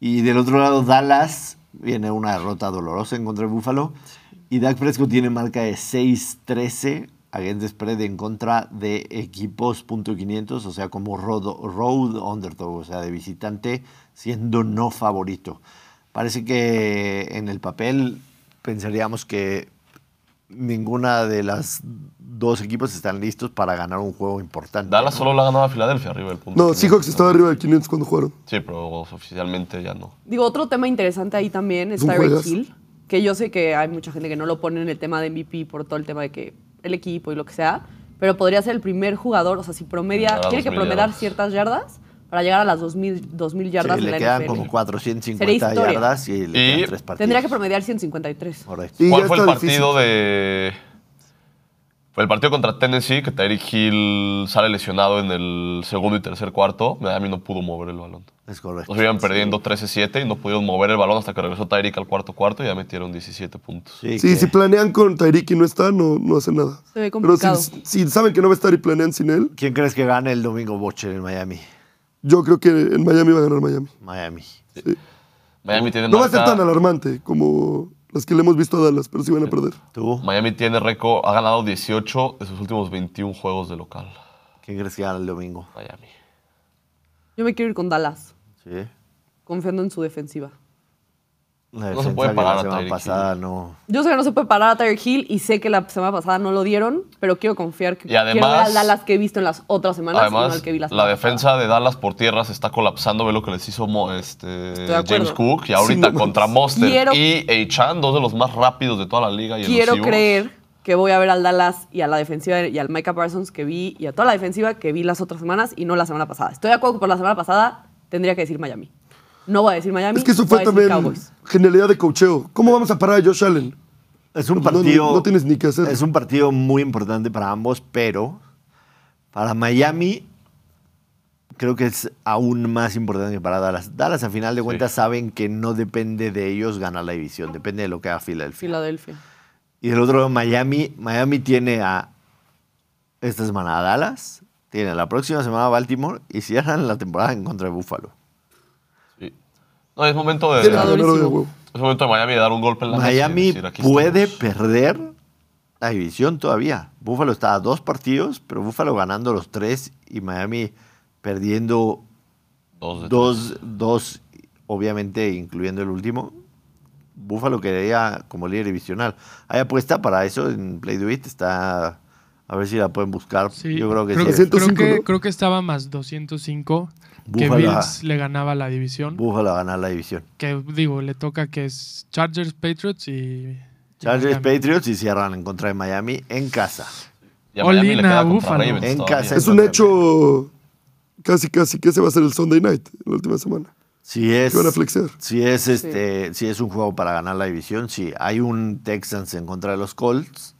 Y del otro lado, Dallas viene una derrota dolorosa en contra de Buffalo. Y Dak Prescott tiene marca de 6-13 against the spread en contra de equipos punto .500, o sea, como road, road underdog, o sea, de visitante siendo no favorito. Parece que en el papel pensaríamos que ninguna de las dos equipos están listos para ganar un juego importante. Dallas ¿no? solo la ganaba a Filadelfia arriba del punto. No, Seahawks estaba arriba de 500 cuando jugaron. Sí, pero oficialmente ya no. Digo, otro tema interesante ahí también es ¿Tú Tyreek juegas? Hill, que yo sé que hay mucha gente que no lo pone en el tema de MVP por todo el tema de que el equipo y lo que sea, pero podría ser el primer jugador, o sea, si promedia, Llegar a tiene que 2000 promediar yardas. ciertas yardas para llegar a las 2000, 2000 Sí, yardas en le la quedan NFL. como Sería 450 historia. yardas y le Y- quedan tres partidos. Tendría que promediar 153. Correcto. Y ¿Cuál ya fue el está partido de. Fue el partido contra Tennessee, que Tyreek Hill sale lesionado en el segundo y tercer cuarto. Miami no pudo mover el balón. Es correcto. Los iban perdiendo 13-7 y no pudieron mover el balón hasta que regresó Tyreek al cuarto cuarto y ya metieron 17 puntos. Sí, Sí, que- si planean con Tyreek y no está, no, no hacen nada. Se ve Pero complicado. si, si saben que no va a estar y planean sin él, ¿Quién crees que gane el domingo Bocher en Miami? yo creo que en Miami va a ganar Miami. Miami. Miami tiene No va a ser marca- tan alarmante como las que le hemos visto a Dallas, pero sí van a perder. ¿Tú? Miami tiene récord, ha ganado 18 de sus últimos 21 juegos de local. ¿Quién crees que gana el domingo? Miami. Yo me quiero ir con Dallas, Sí. confiando en su defensiva. La se defensa puede que parar la a semana Tyreek pasada no. Yo sé que no se puede parar a Tyreek Hill y sé que la semana pasada no lo dieron, pero quiero confiar que Y además- quiero ver al Dallas que he visto en las otras semanas y no al Además, que vi la la semana defensa de Dallas por tierra se está colapsando. Ve lo que les hizo Mo- este, de acuerdo. James Cook. Y ahorita Sí, no contra Monster Quiero- y Eichan, dos de los más rápidos de toda la liga. Y quiero elusivos. creer que voy a ver al Dallas y a la defensiva y al Micah Parsons que vi y a toda la defensiva que vi las otras semanas y no la semana pasada. Estoy de acuerdo que por la semana pasada tendría que decir Miami. No voy a decir Miami. Es que eso voy fue a decir también Cowboys. genialidad de cocheo. ¿Cómo vamos a parar a Josh Allen? es un No, no, partido. no tienes ni que hacer. Es un partido muy importante para ambos, pero para Miami creo que es aún más importante que para Dallas. Dallas, a final de cuentas, saben que no depende de ellos ganar la división, depende de lo que haga Filadelfia. Filadelfia. Y del otro lado, Miami. Miami tiene a esta semana a Dallas, tiene la próxima semana a Baltimore y cierran la temporada en contra de Buffalo. Sí. No, es momento de, Tienes Está que es ganar hoy a durísimo. huevo. momento de Miami de dar un golpe en la mesa y Miami decir, aquí puede estamos. perder la división todavía. Buffalo está a dos partidos, pero Buffalo ganando los tres y Miami perdiendo Dos de dos, dos obviamente incluyendo el último. Buffalo quedaría como líder divisional. Hay apuesta para eso en Play Do It. Está. A ver si la pueden buscar. Sí, Yo creo que creo, sí. que- 105, creo que, ¿no? creo que estaba más 205 que Búfala. Bills le ganaba la división. Buffalo gana la división. que digo, le toca que es Chargers, Patriots y. Chargers y- Patriots y cierran en contra de Miami en casa. Y a Miami Olina, le queda contra Búfalo. Ravens En todavía. casa. Es un hecho casi, casi que se va a hacer el Sunday night, la última semana. Si es, Que van a flexear. si es este, si es un juego para ganar la división, sí. Hay un Texans en contra de los Colts,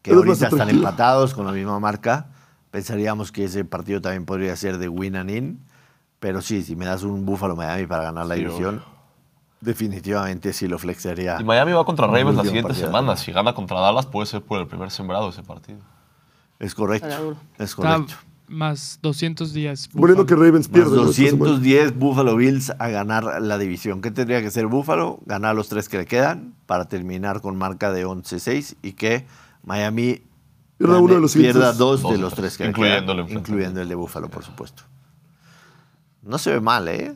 que Pero es ahorita más están atractivo. empatados con la misma marca. Pensaríamos que ese partido también podría ser de win and in. Pero sí, si me das un Buffalo Miami para ganar la Sí, división, definitivamente sí lo flexaría. Y Miami va contra Un Ravens la último siguiente partido. semana. Si gana contra Dallas, puede ser por el primer sembrado ese partido. Es Estaría correcto. duro. Es Está correcto. más 210. Suponiendo que Búfalo. Ravens Más pierde. la otra semana. 210 Buffalo Bills a ganar la división. ¿Qué tendría que ser Buffalo? Ganar los tres que le quedan para terminar con marca de 11-6 y que Miami Pierda gane- uno de los pierda siguientes. dos de Dos, los tres, tres que le incluyendo el quedan. enfrentamiento. incluyendo el de Buffalo, por supuesto. No se ve mal, ¿eh?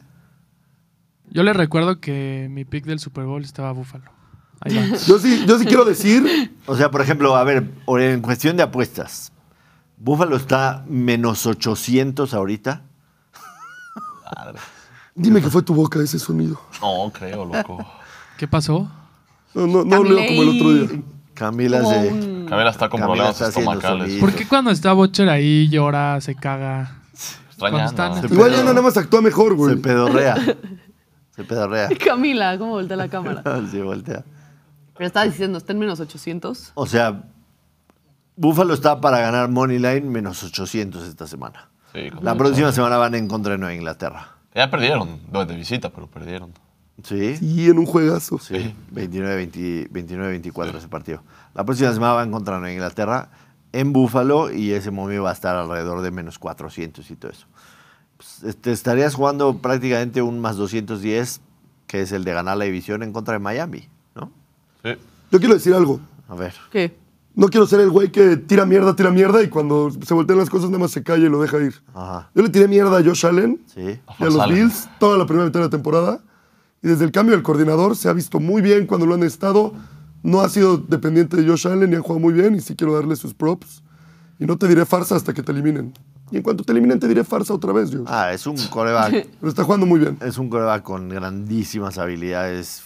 Yo le recuerdo que mi pick del Super Bowl estaba Búfalo. Ahí va. Yo sí, yo sí quiero decir, O sea, por ejemplo, a ver, o en cuestión de apuestas, Buffalo está menos 800 ahorita. Madre. dime que fue tu boca ese sonido. No, creo, loco. ¿Qué pasó? No, no, no leo como el otro día. Camila Como se... un- Camila está con Camila problemas está haciendo estomacales. sonido. ¿Por qué cuando está Butcher ahí llora, se caga? Extraña, Cuando ¿no? están- Igual ya no nada más actúa mejor, Se güey. pedorrea. Se pedorrea. Camila, ¿cómo voltea la cámara? Se voltea. Pero estaba diciendo, está en menos 800. O sea, Buffalo está para ganar Money Line menos 800 esta semana. Sí, con- La próxima semana van en contra de Nueva Inglaterra. Ya perdieron. No, de visita, pero perdieron. ¿Sí? Y en un juegazo. Sí. 29-24 ese partido. La próxima semana van contra Nueva Inglaterra en Buffalo y ese momio va a estar alrededor de menos 400 y todo eso. Pues, este, estarías jugando prácticamente un más 210, que es el de ganar la división en contra de Miami, ¿no? Sí. Yo quiero decir algo. A ver. ¿Qué? No quiero ser el güey que tira mierda, tira mierda y cuando se voltean las cosas nada más se calla y lo deja ir. Ajá. Yo le tiré mierda a Josh Allen Sí. y a los Salen. Bills toda la primera mitad de la temporada. Y desde el cambio del coordinador se ha visto muy bien cuando lo han estado. No ha sido dependiente de Josh Allen y han jugado muy bien. Y sí quiero darle sus props. Y no te diré farsa hasta que te eliminen. Y en cuanto te eliminen, te diré farsa otra vez, Josh. Ah, es un coreback Pero está jugando muy bien. Es un coreback con grandísimas habilidades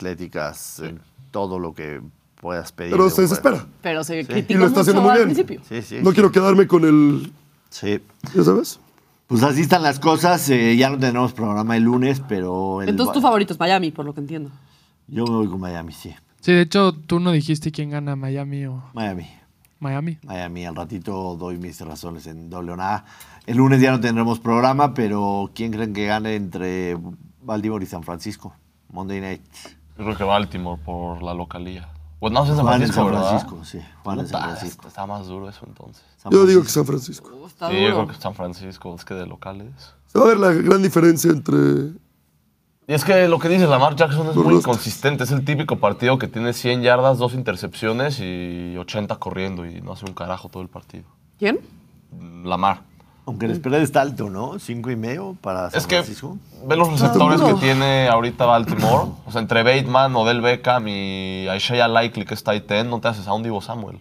físico-atléticas, en todo lo que puedas pedir. de Pero un se desespera. Pero se Y criticó lo está haciendo mucho muy al bien. principio. Sí, sí, no sí. quiero quedarme con el. Sí. ¿Ya sabes? Pues así están las cosas. eh, ya no tenemos programa el lunes, pero. el- Entonces tu favorito es Miami, por lo que entiendo. Yo me voy con Miami, sí. Sí, de hecho, tú no dijiste quién gana, Miami o Miami. Miami. Miami, al ratito doy mis razones en doble o nada. El lunes ya no tendremos programa, pero ¿quién creen que gane entre Baltimore y San Francisco? Monday night. Yo creo que Baltimore por la localía. Pues no, es en San Juan en Francisco, San ¿verdad? Francisco, sí. Juan en San Puta, Francisco. Está más duro eso entonces. San Yo digo Francisco. que San Francisco. Uh, está sí, yo creo duro. que San Francisco, es que de locales. Se va a ver la gran diferencia entre Y es que lo que dice Lamar Jackson es muy Burlesque. inconsistente. Es el típico partido que tiene 100 yardas, dos intercepciones y 80 corriendo y no hace un carajo todo el partido. ¿Quién? Lamar. Mm. Aunque el spread está alto, ¿no? Cinco y medio para San Es que Francisco. ve los receptores duro. que tiene ahorita Baltimore. O sea, entre Bateman, Odell Beckham y Isaiah Likely, que es tight end, E no te haces a un Divo Samuel.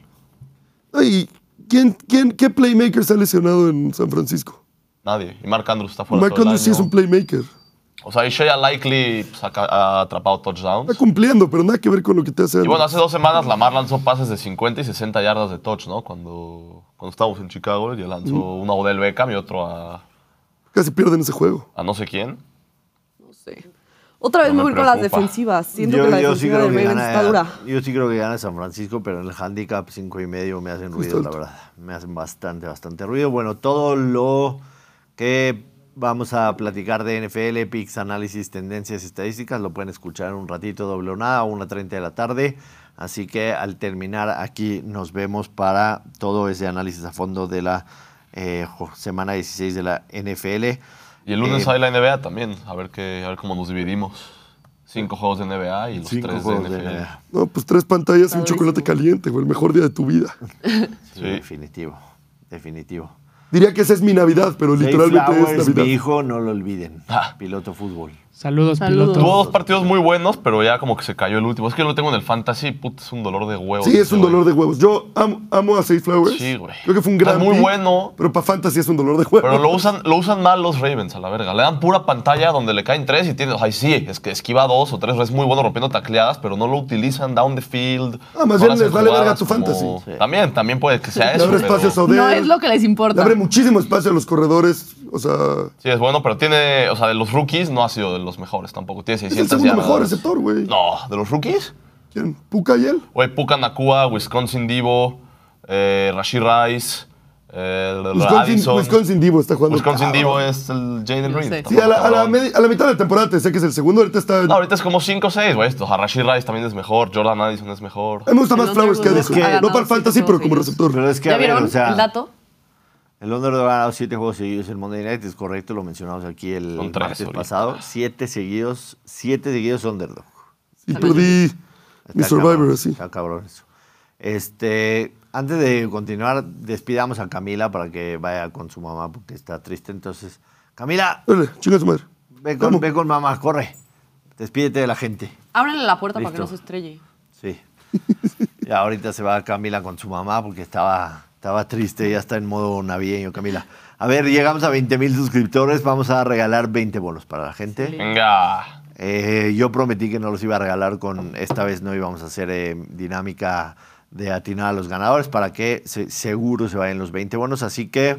Ay, ¿quién, quién, ¿qué playmaker se ha lesionado en San Francisco? Nadie. Y Mark Andrews está fuera Mark todo el Andrews sí año. es un playmaker. O sea, Isaiah Likely pues, ha, ca- ha atrapado Está touchdowns. cumpliendo, pero nada que ver con lo que te hace. Y bueno, hace dos semanas Lamar lanzó pases de 50 y 60 yardas de touch, ¿no? Cuando, cuando estábamos en Chicago, ya lanzó Mm. uno a Odell Beckham y otro a, Casi pierden ese juego. a no sé quién. No sé. Otra vez No me me voy con las preocupa. defensivas. Siento que la defensiva de Ravens está dura. yo sí creo que gana San Francisco, pero en el handicap 5 y medio me hacen ruido, la verdad. Me hacen bastante, bastante ruido. Bueno, todo lo que vamos a platicar de NFL, picks, análisis, tendencias, estadísticas, lo pueden escuchar en un ratito, doble o nada, 1.30 de la tarde. Así que al terminar aquí nos vemos para todo ese análisis a fondo de la eh, jo- semana 16 de la NFL. Y el lunes Eh, hay la NBA también, a ver, qué, a ver cómo nos dividimos. Cinco juegos de NBA y los cinco tres de juegos NFL. de NBA. No, pues tres pantallas y Padrísimo. un chocolate caliente, güey. El mejor día de tu vida. Sí, Sí. definitivo, definitivo. Diría que esa es mi Navidad, pero Zay literalmente Flowers, es Navidad. mi hijo, no lo olviden. Ah. Piloto fútbol. Saludos, Saludos. piloto. Tuvo dos partidos muy buenos, pero ya como que se cayó el último. Es que yo lo tengo en el fantasy, puta, es un dolor de huevos. Sí, es un dolor de huevos. Yo amo, amo a Six Flowers. Sí, güey. Creo que fue un Está gran muy pick, bueno. Pero para Fantasy es un dolor de huevos. Pero lo usan, lo usan mal los Ravens, a la verga. Le dan pura pantalla donde le caen tres y tiene. Ay, sí, es que esquiva dos o tres. Es muy bueno rompiendo tacleadas, pero no lo utilizan down the field. Ah, más No bien hacen les vale verga jugadas tu fantasy. Sí. También, también puede que sea Le eso. abre pero- espacios a Odell. No es lo que les Le importa. abre muchísimo espacio a los corredores. O sea, Sí, es bueno, pero tiene. O sea, de los rookies no ha sido de los mejores tampoco. Tiene es el 600 Este segundo yardas. mejor receptor, güey. No, ¿de los rookies? ¿Quién? ¿Puka y él? Güey, Puka Nakua, Wisconsin Divo, eh, Rashid Rice, eh, Wisconsin, Addison. Wisconsin Divo está jugando. Wisconsin cabrón. Divo es el Jaden Yo Reed. sé. Sí, a la, a la Cabrón. medi- a la mitad de la temporada te sé que es el segundo. Ahorita está. No, ahorita es como 5 o 6, güey. O sea, Rashid Rice también es mejor, Jordan Addison es mejor. A mí me gusta más El Flowers que underdog ha Addison. No ganado para el fantasy, siete pero como juegos seguidos. receptor. Pero es que, ¿Ya a ver, vieron o sea, el dato? el Underdog ha ganado siete juegos seguidos el Monday Night, es correcto, lo mencionamos aquí el Son tres martes ahorita. pasado. Siete seguidos, siete seguidos Underdog. Y perdí mi Está cabrón, Survivor así. Está cabrón eso. Este, antes de continuar, despidamos a Camila para que vaya con su mamá porque está triste. Entonces, Camila, Órale, chinga su madre. ve con, ve con mamá, corre. Despídete de la gente. Ábrele la puerta para que no Listo. se estrelle. Sí. Y ahorita se va Camila con su mamá porque estaba, estaba triste, ya está en modo navideño, Camila. A ver, llegamos a 20 mil suscriptores, vamos a regalar 20 bonos para la gente. Venga. Eh, yo prometí que no los iba a regalar con, esta vez no íbamos a hacer eh, dinámica de atinar a los ganadores para que se- seguro se vayan los 20 bonos, así que...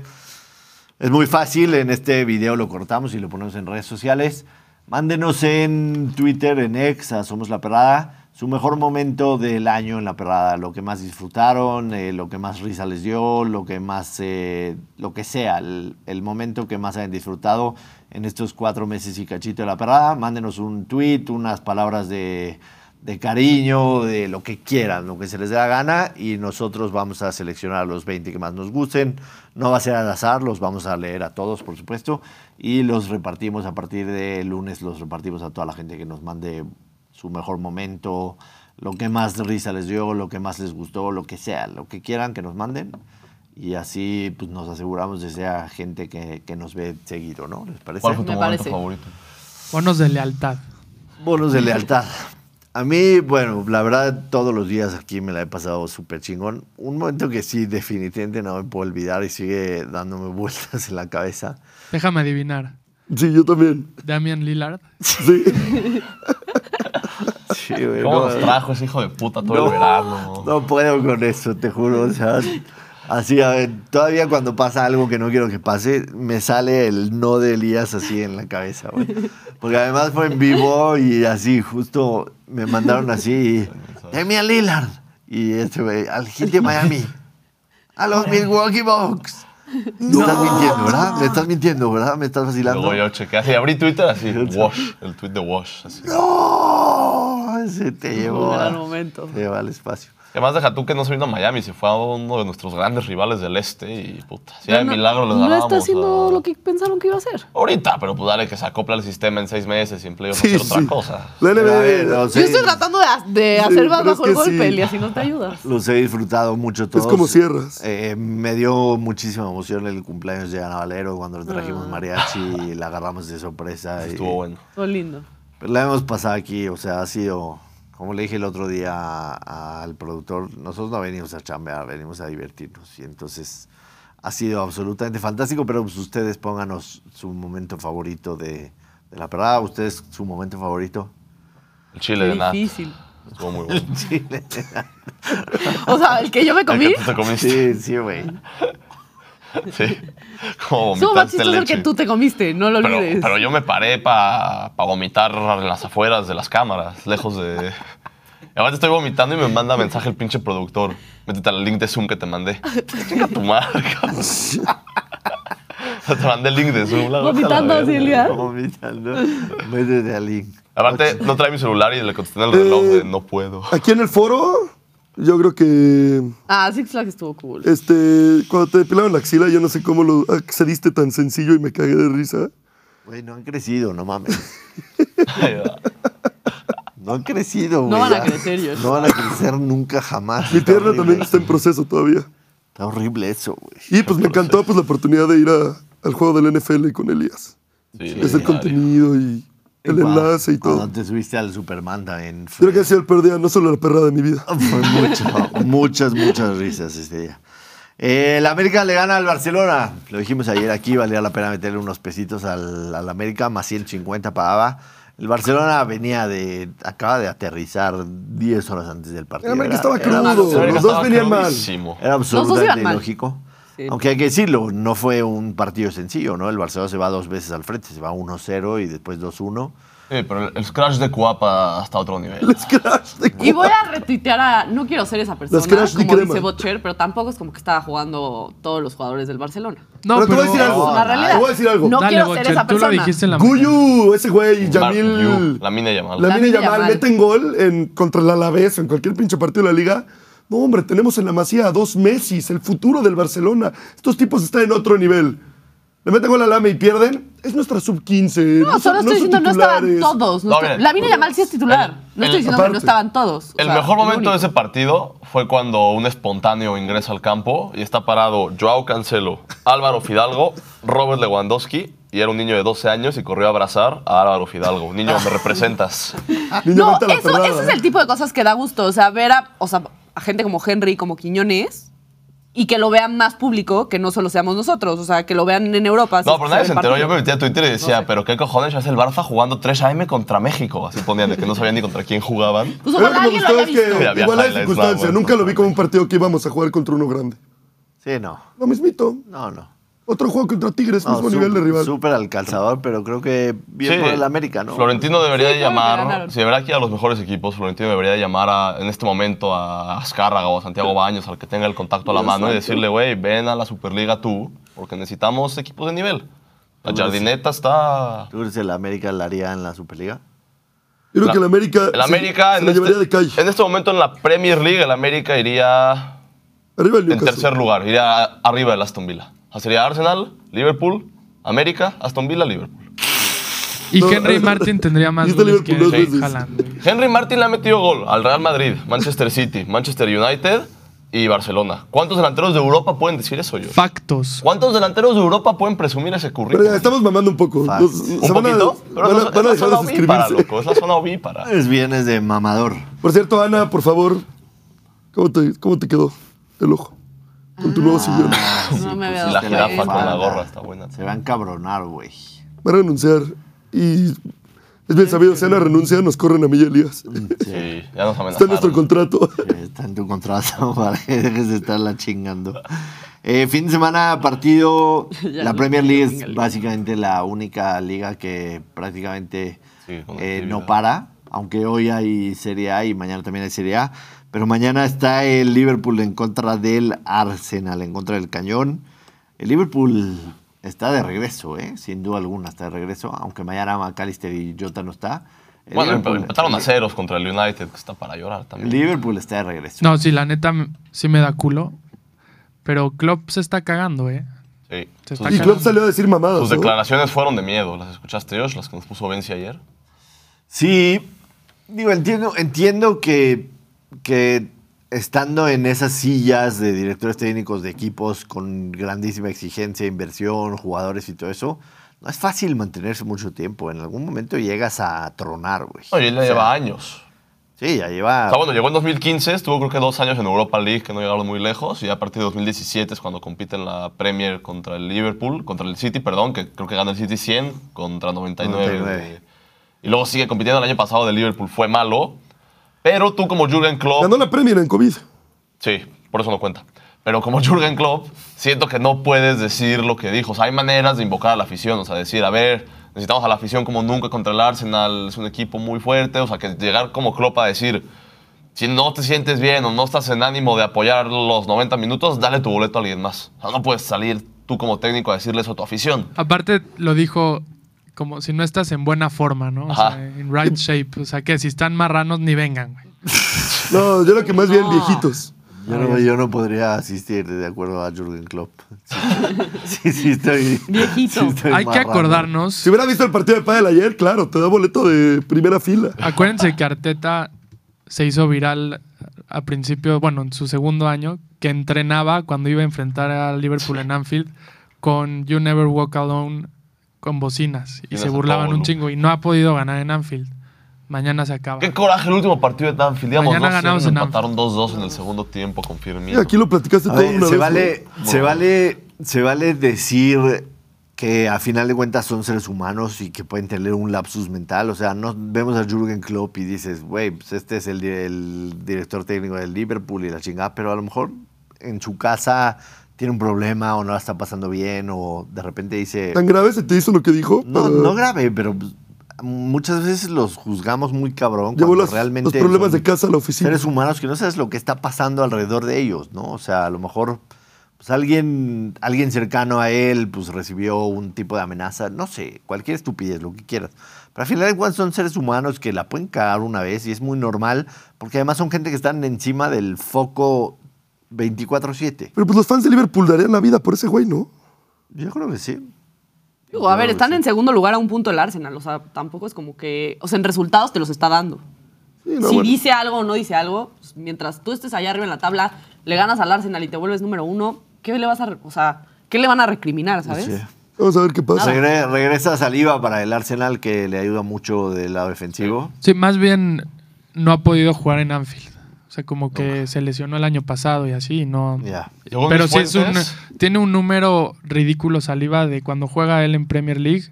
Es muy fácil, en este video lo cortamos y lo ponemos en redes sociales. Mándenos en Twitter, en Ex, a Somos La Perrada, su mejor momento del año en La Perrada, lo que más disfrutaron, eh, lo que más risa les dio, lo que más, eh, lo que sea, el, el momento que más hayan disfrutado en estos cuatro meses y cachito de La Perrada. Mándenos un tweet, unas palabras de, de cariño, de lo que quieran, lo que se les dé la gana, y nosotros vamos a seleccionar los 20 que más nos gusten. No va a ser al azar, los vamos a leer a todos, por supuesto, y los repartimos a partir de lunes, los repartimos a toda la gente que nos mande su mejor momento, lo que más risa les dio, lo que más les gustó, lo que sea, lo que quieran que nos manden. Y así pues, nos aseguramos de sea gente que, que nos ve seguido, ¿no? ¿Les parece? ¿Cuál fue tu Me momento parece. favorito? Bonos de lealtad. Bonos de lealtad. A mí, bueno, la verdad, todos los días aquí me la he pasado súper chingón. Un momento que sí, definitivamente no me puedo olvidar y sigue dándome vueltas en la cabeza. Déjame adivinar. Sí, yo también. Damian Lillard. Sí. Sí, güey, ¿Cómo no, eh. nos trajo ese hijo de puta todo No. el verano? no puedo con eso, te juro. O sea, así, a ver, todavía cuando pasa algo que no quiero que pase, me sale el no de Elías así en la cabeza, güey. Porque además fue en vivo y así, justo me mandaron así. Demi Lillard. Y este güey, al Heat de Miami. A los Milwaukee Bucks. Me estás mintiendo, ¿verdad? Me estás mintiendo, ¿verdad? Me estás vacilando. Luego yo chequé así, abrí Twitter así, Wash, el tweet de Wash. Así. ¡No! Se te llevó. Un a- gran momento. Te lleva al espacio. Además, deja tú que no se vino a Miami, se fue a uno de nuestros grandes rivales del este y puta, si de No, milagro les No ganábamos. está haciendo a- lo que pensaron que iba a hacer. Ahorita, pero pues dale que se acopla el sistema en seis meses y en playoffs Sí, hacer sí. otra cosa. La Pero, a ver, NBA. o Yo sea, estoy tratando de, de Sí, hacer más pero es bajo el que sí. golpe y así no te ayudas. Los he disfrutado mucho todos. como cierras. Eh, me dio muchísima emoción el cumpleaños de Ana Valero cuando le trajimos mariachi y la agarramos de sorpresa. y- Estuvo bueno. Todo lindo. Pero la hemos pasado aquí, o sea, ha sido, como le dije el otro día a- al productor, nosotros no venimos a chambear, venimos a divertirnos. Y entonces ha sido absolutamente fantástico, pero pues, ustedes pónganos su momento favorito de, de la parada, ustedes su momento favorito. El chile Qué de nada. difícil. Estuvo muy bueno. Chile. O sea, el que yo me El comí. que tú te comiste. Sí, sí, güey. Sí. Como Estuvo más vomitaste chistoso el leche. que tú te comiste, no lo Pero, olvides. pero yo me paré para vomitar en las afueras de las cámaras, lejos de... Y ahora estoy vomitando y me manda mensaje el pinche productor. Métete al link de Zoom que te mandé. Chinga tu madre, cabrón. te mandé el link de Zoom. la verdad, Vomitando la verga. así, Lía. Vomitando. Métete al link. Aparte, no trae mi celular y le contesté en el reloj de Eh, no puedo. Aquí en el foro, yo creo que Ah, Six Flags estuvo cool. este, cuando te depilaron la axila, yo no sé cómo lo accediste tan sencillo y me cagué de risa. Güey, no han crecido, no mames. No han crecido, güey. No van a ya. crecer, yo. No van a crecer nunca jamás. Mi Está pierna horrible también eso. está en proceso todavía. Está horrible eso, güey. Y pues me encantó pues, la oportunidad de ir a- al juego del NFL con Elías. Sí, es el legendario. contenido y el Cuando- enlace y todo. Cuando te subiste al Superman también. Creo Fue, que ha sido el peor día, no solo la perra de mi vida. fue mucho, muchas, muchas risas este día. Eh, el América le gana al Barcelona. Lo dijimos ayer aquí, valía la pena meterle unos pesitos al, al América, más 150 pagaba. El Barcelona venía de. acaba de aterrizar 10 horas antes del partido. El América Era- estaba era una crudo, cosa los dos venían mal. crudísimo. Era iban absolutamente mal. lógico. Sí. Aunque hay que decirlo, no fue un partido sencillo, ¿no? El Barcelona se va dos veces al frente, se va 1-0 y después 2-1. Sí, pero el, el crash de Cuapa hasta otro nivel. Y voy a retuitear a. No quiero ser esa persona, Las Crash de como crema. dice Butcher, pero tampoco es como que estaba jugando todos los jugadores del Barcelona. No, pero, te voy a decir algo. No, la realidad. Te voy a decir algo. No. Dale, quiero ser Bocher, esa tú lo persona. dijiste en la Guyu, ese güey, Yamil. La mina llamada. La mina Lamine Yamal Yamal. meten gol en, contra el Alavés o en cualquier pinche partido de la liga. No, hombre, tenemos en la Masía a dos Messis, el futuro del Barcelona. Estos tipos están en otro nivel. Le meten gol a Lame y pierden. Es nuestra sub-15. No, solo estoy diciendo no estaban todos. No, No miren. la Mina Yamal sí es titular. El- no el- estoy diciendo que no aparte. estaban todos. o El sea, mejor momento único. de ese partido fue cuando un espontáneo ingresa al campo y está parado Joao Cancelo, Álvaro Fidalgo, Robert Lewandowski y era un niño de 12 años y corrió a abrazar a Álvaro Fidalgo. Niño, me representas. Niño, No, vete a la eso, perrada, ese es ¿eh? el tipo de cosas que da gusto. O sea, ver a, o sea, a gente como Henry, como Quiñones, y que lo vean más público, que no solo seamos nosotros. O sea, que lo vean en Europa. si No, es pero que nadie ve se el enteró. Yo partido. me metí a Twitter y decía, pero qué cojones hace el Barça jugando 3 AM contra México. Así ponían de que no sabían ni contra quién jugaban. Pues Era ojalá como alguien lo haya ustedes visto. Mira, que había igual hay highlights, circunstancia. va, bueno, Nunca lo vi totalmente. como un partido que íbamos a jugar contra uno grande. Sí, no. Lo mismito. No, no. Otro juego contra Tigres, Ah, No, mismo su- nivel de rival. Súper al calzador, pero creo que bien Sí, por el América, ¿no? Florentino debería de claro que llamar, ganaron. si de verdad quiere a los mejores equipos, Florentino debería de llamar a- en este momento a Azcárraga o a Santiago Baños, al que tenga el contacto a la mano, y decirle, güey, ven a la Superliga tú, porque necesitamos equipos de nivel. La jardineta está... ¿Tú crees que el América la haría en la Superliga? Creo la- que el América. El Se, América, se en, lo llevaría de este, calle. en este momento en la Premier League, el América iría Arriba el en Newcastle. tercer lugar, iría arriba del Aston Villa. O sea, sería Arsenal, Liverpool, América, Aston Villa, Liverpool. Y No, Henry no, Martin tendría más viste goles que Liverpool dos veces. Haaland, güey. Henry Martin le ha metido gol al Real Madrid, Manchester City, Manchester United y Barcelona. ¿Cuántos delanteros de Europa pueden decir eso, yo? Factos. ¿Cuántos delanteros de Europa pueden presumir ese Pero ya, currículum? estamos mamando un poco. Facts. Nos- ¿Un se ¿Un van a, poquito? Pero van a- van es la- a es la dejar de zona ovípara, suscribirse. loco. Es la zona ovípara. Pues Es viernes de mamador. Por cierto, Ana, por favor, ¿cómo te, cómo te quedó el ojo? Con tu Ah. nuevo sillón. No me había Pues dado la es que cuenta. jirafa con la banda gorra está buena. Se va a encabronar, güey. Va a renunciar. Y es bien sabido, si Ana renuncia, nos corren a mí y a Elías. Mm. Sí, ya nos Está en nuestro amenazaron. contrato. Está en tu contrato para que dejes de estarla chingando. Eh, fin de semana, partido. Ya la no Premier quiero League Premier es League. básicamente la única liga que prácticamente Sí, con eh, actividad. no para. Aunque hoy hay Serie A y mañana también hay Serie A. Pero mañana está el Liverpool en contra del Arsenal, en contra del Cañón. El Liverpool está de regreso, ¿eh? sin duda alguna está de regreso. Aunque mañana McAllister y Jota no está. El Bueno, Liverpool- empataron a ceros contra el United, que está para llorar el también. Liverpool está de regreso. No, sí, la neta m- sí me da culo. Pero Klopp se está cagando, ¿eh? Sí. Se Sus, está Y Klopp salió a decir mamadas. sus ¿no? declaraciones fueron de miedo. ¿Las escuchaste, Josh? Las que nos puso Benzi ayer. Sí, digo, entiendo, entiendo que, que estando en esas sillas de directores técnicos de equipos con grandísima exigencia, inversión, jugadores y todo eso, no es fácil mantenerse mucho tiempo. En algún momento llegas a tronar, güey. No, y él ya O sea, lleva años. Sí, ya lleva. O sea, bueno, llegó en 2015, estuvo creo que dos años en Europa League que no llegaron muy lejos y a partir de 2017 es cuando compite en la Premier contra el Liverpool, contra el City, perdón, que creo que gana el City 100 contra 99. 99. Y luego sigue compitiendo el año pasado del Liverpool, fue malo, pero tú como Jurgen Klopp... Ganó la Premier en COVID. Sí, por eso no cuenta. Pero como Jürgen Klopp, siento que no puedes decir lo que dijo. O sea, hay maneras de invocar a la afición. O sea, decir, a ver, necesitamos a la afición como nunca contra el Arsenal. Es un equipo muy fuerte. O sea, que llegar como Klopp a decir, si no te sientes bien o no estás en ánimo de apoyar los 90 minutos, dale tu boleto a alguien más. O sea, no puedes salir tú como técnico a decirle eso a tu afición. Aparte, lo dijo como si no estás en buena forma, ¿no? O Ajá. sea, en right shape. O sea, que si están marranos, ni vengan, güey. No, yo lo que más vi en viejitos. Yo no, yo no podría asistir de acuerdo a Jürgen Klopp. Sí, sí, sí estoy. Viejito. sí estoy Hay que marrano. acordarnos. Si hubiera visto el partido de pádel ayer, claro, te da boleto de primera fila. Acuérdense que Arteta se hizo viral a principio, bueno, en su segundo año, que entrenaba cuando iba a enfrentar a Liverpool en Anfield con You Never Walk Alone con bocinas y Tienes se a burlaban Paolo. un chingo y no ha podido ganar en Anfield. Mañana se acaba. Qué coraje el último partido de Danfield. Digamos, Mañana 2-0, ganamos nos en empataron 2-2 en el segundo tiempo con Firmino. Y aquí lo platicaste A todo ver, una se vez. vale, ¿no? se vale, se vale decir que a final de cuentas son seres humanos y que pueden tener un lapsus mental. O sea, no vemos a Jürgen Klopp y dices, güey, pues este es el, di- el director técnico del Liverpool y la chingada, pero a lo mejor en su casa tiene un problema o no la está pasando bien o de repente dice, ¿Tan grave se te hizo lo que dijo? no, Pero no grave, pero pues, muchas veces los juzgamos muy cabrón Llevó cuando los, realmente los problemas son- de casa a la oficina. seres humanos que no sabes lo que está pasando alrededor de ellos, ¿no? O sea, a lo mejor pues, alguien, alguien cercano a él pues, recibió un tipo de amenaza, no sé, cualquier estupidez, lo que quieras. Pero al final de cuentas son seres humanos que la pueden cagar una vez y es muy normal, porque además son gente que están encima del foco 24-7. Pero pues los fans de Liverpool darían la vida por ese güey, ¿no? Yo creo que sí. Digo, a ver, Claro que están sí. en segundo lugar a un punto el Arsenal. O sea, tampoco es como que. O sea, en resultados te los está dando. Sí, no, si bueno. dice algo o no dice algo, pues, mientras tú estés allá arriba en la tabla, le ganas al Arsenal y te vuelves número uno, ¿qué le vas a. re- O sea, ¿qué le van a recriminar, sabes? Sí. Pues Vamos a ver qué pasa. Regre- regresa saliva para el Arsenal que le ayuda mucho del lado defensivo. Sí, más bien no ha podido jugar en Anfield. O sea, como que se lesionó el año pasado y así, y no. Ya. Según Pero mis sí es un, fuentes, tiene un número ridículo saliva de cuando juega él en Premier League,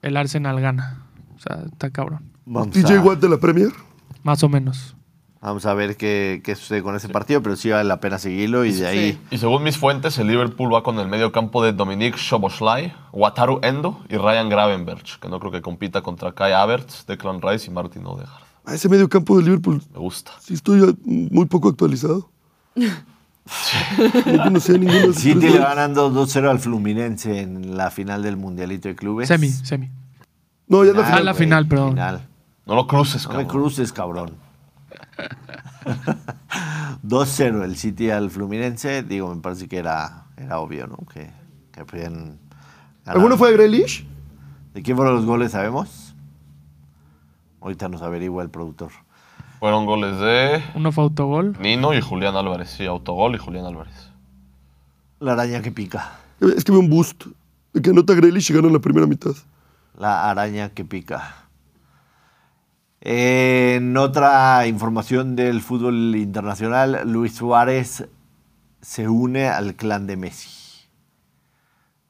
el Arsenal gana. O sea, está cabrón. Vamos TJ a- Watt de la Premier. Más o menos. Vamos a ver qué, qué sucede con ese partido, pero sí vale la pena seguirlo y de ahí. Y según mis fuentes, el Liverpool va con el medio campo de Dominic Szoboszlai, Wataru Endo y Ryan Gravenberch, que no creo que compita contra Kai Havertz, Declan Rice y Martin Odegaard. A ese medio campo de Liverpool Me gusta. sí estoy eh, muy poco actualizado. Yo no sé ninguno de El esos City tres le güeyes. va ganando 2-0 al Fluminense en la final del Mundialito de Clubes. Semi, semi. No, ya la Final, Ah, la güey, final, perdón. final. No lo cruces, No me cabrón. cruces, cabrón. 2-0 el City al Fluminense. Digo, me parece que era, era obvio, ¿no? Que, que podían ganar. ¿Alguno fue de Grealish? ¿De quién fueron los goles, sabemos? Ahorita nos averigua el productor. Fueron goles de Uno fue autogol. Nino y Julián Álvarez. Sí, autogol y Julián Álvarez. La araña que pica. Es que veo un boost. El que anota Grealish y gana en la primera mitad. La araña que pica. En otra información del fútbol internacional, Luis Suárez se une al clan de Messi.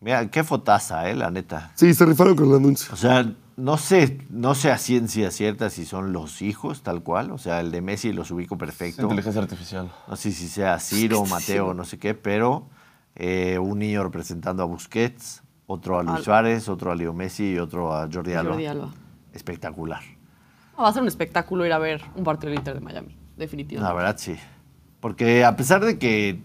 Mira, qué fotaza, eh, la neta. Sí, se rifaron con el anuncio. O sea, no sé, no sé a ciencia cierta si son los hijos, tal cual. O sea, el de Messi los ubico Es perfecto. inteligencia artificial. No sé si sea Ciro, Mateo, no sé qué, pero eh, un niño representando a Busquets, otro a Luis Al- Suárez, otro a Leo Messi y otro a Jordi Alba. Jordi Alba. Espectacular. No, va a ser un espectáculo ir a ver un partido del Inter de Miami, definitivamente. La verdad, sí. Porque a pesar de que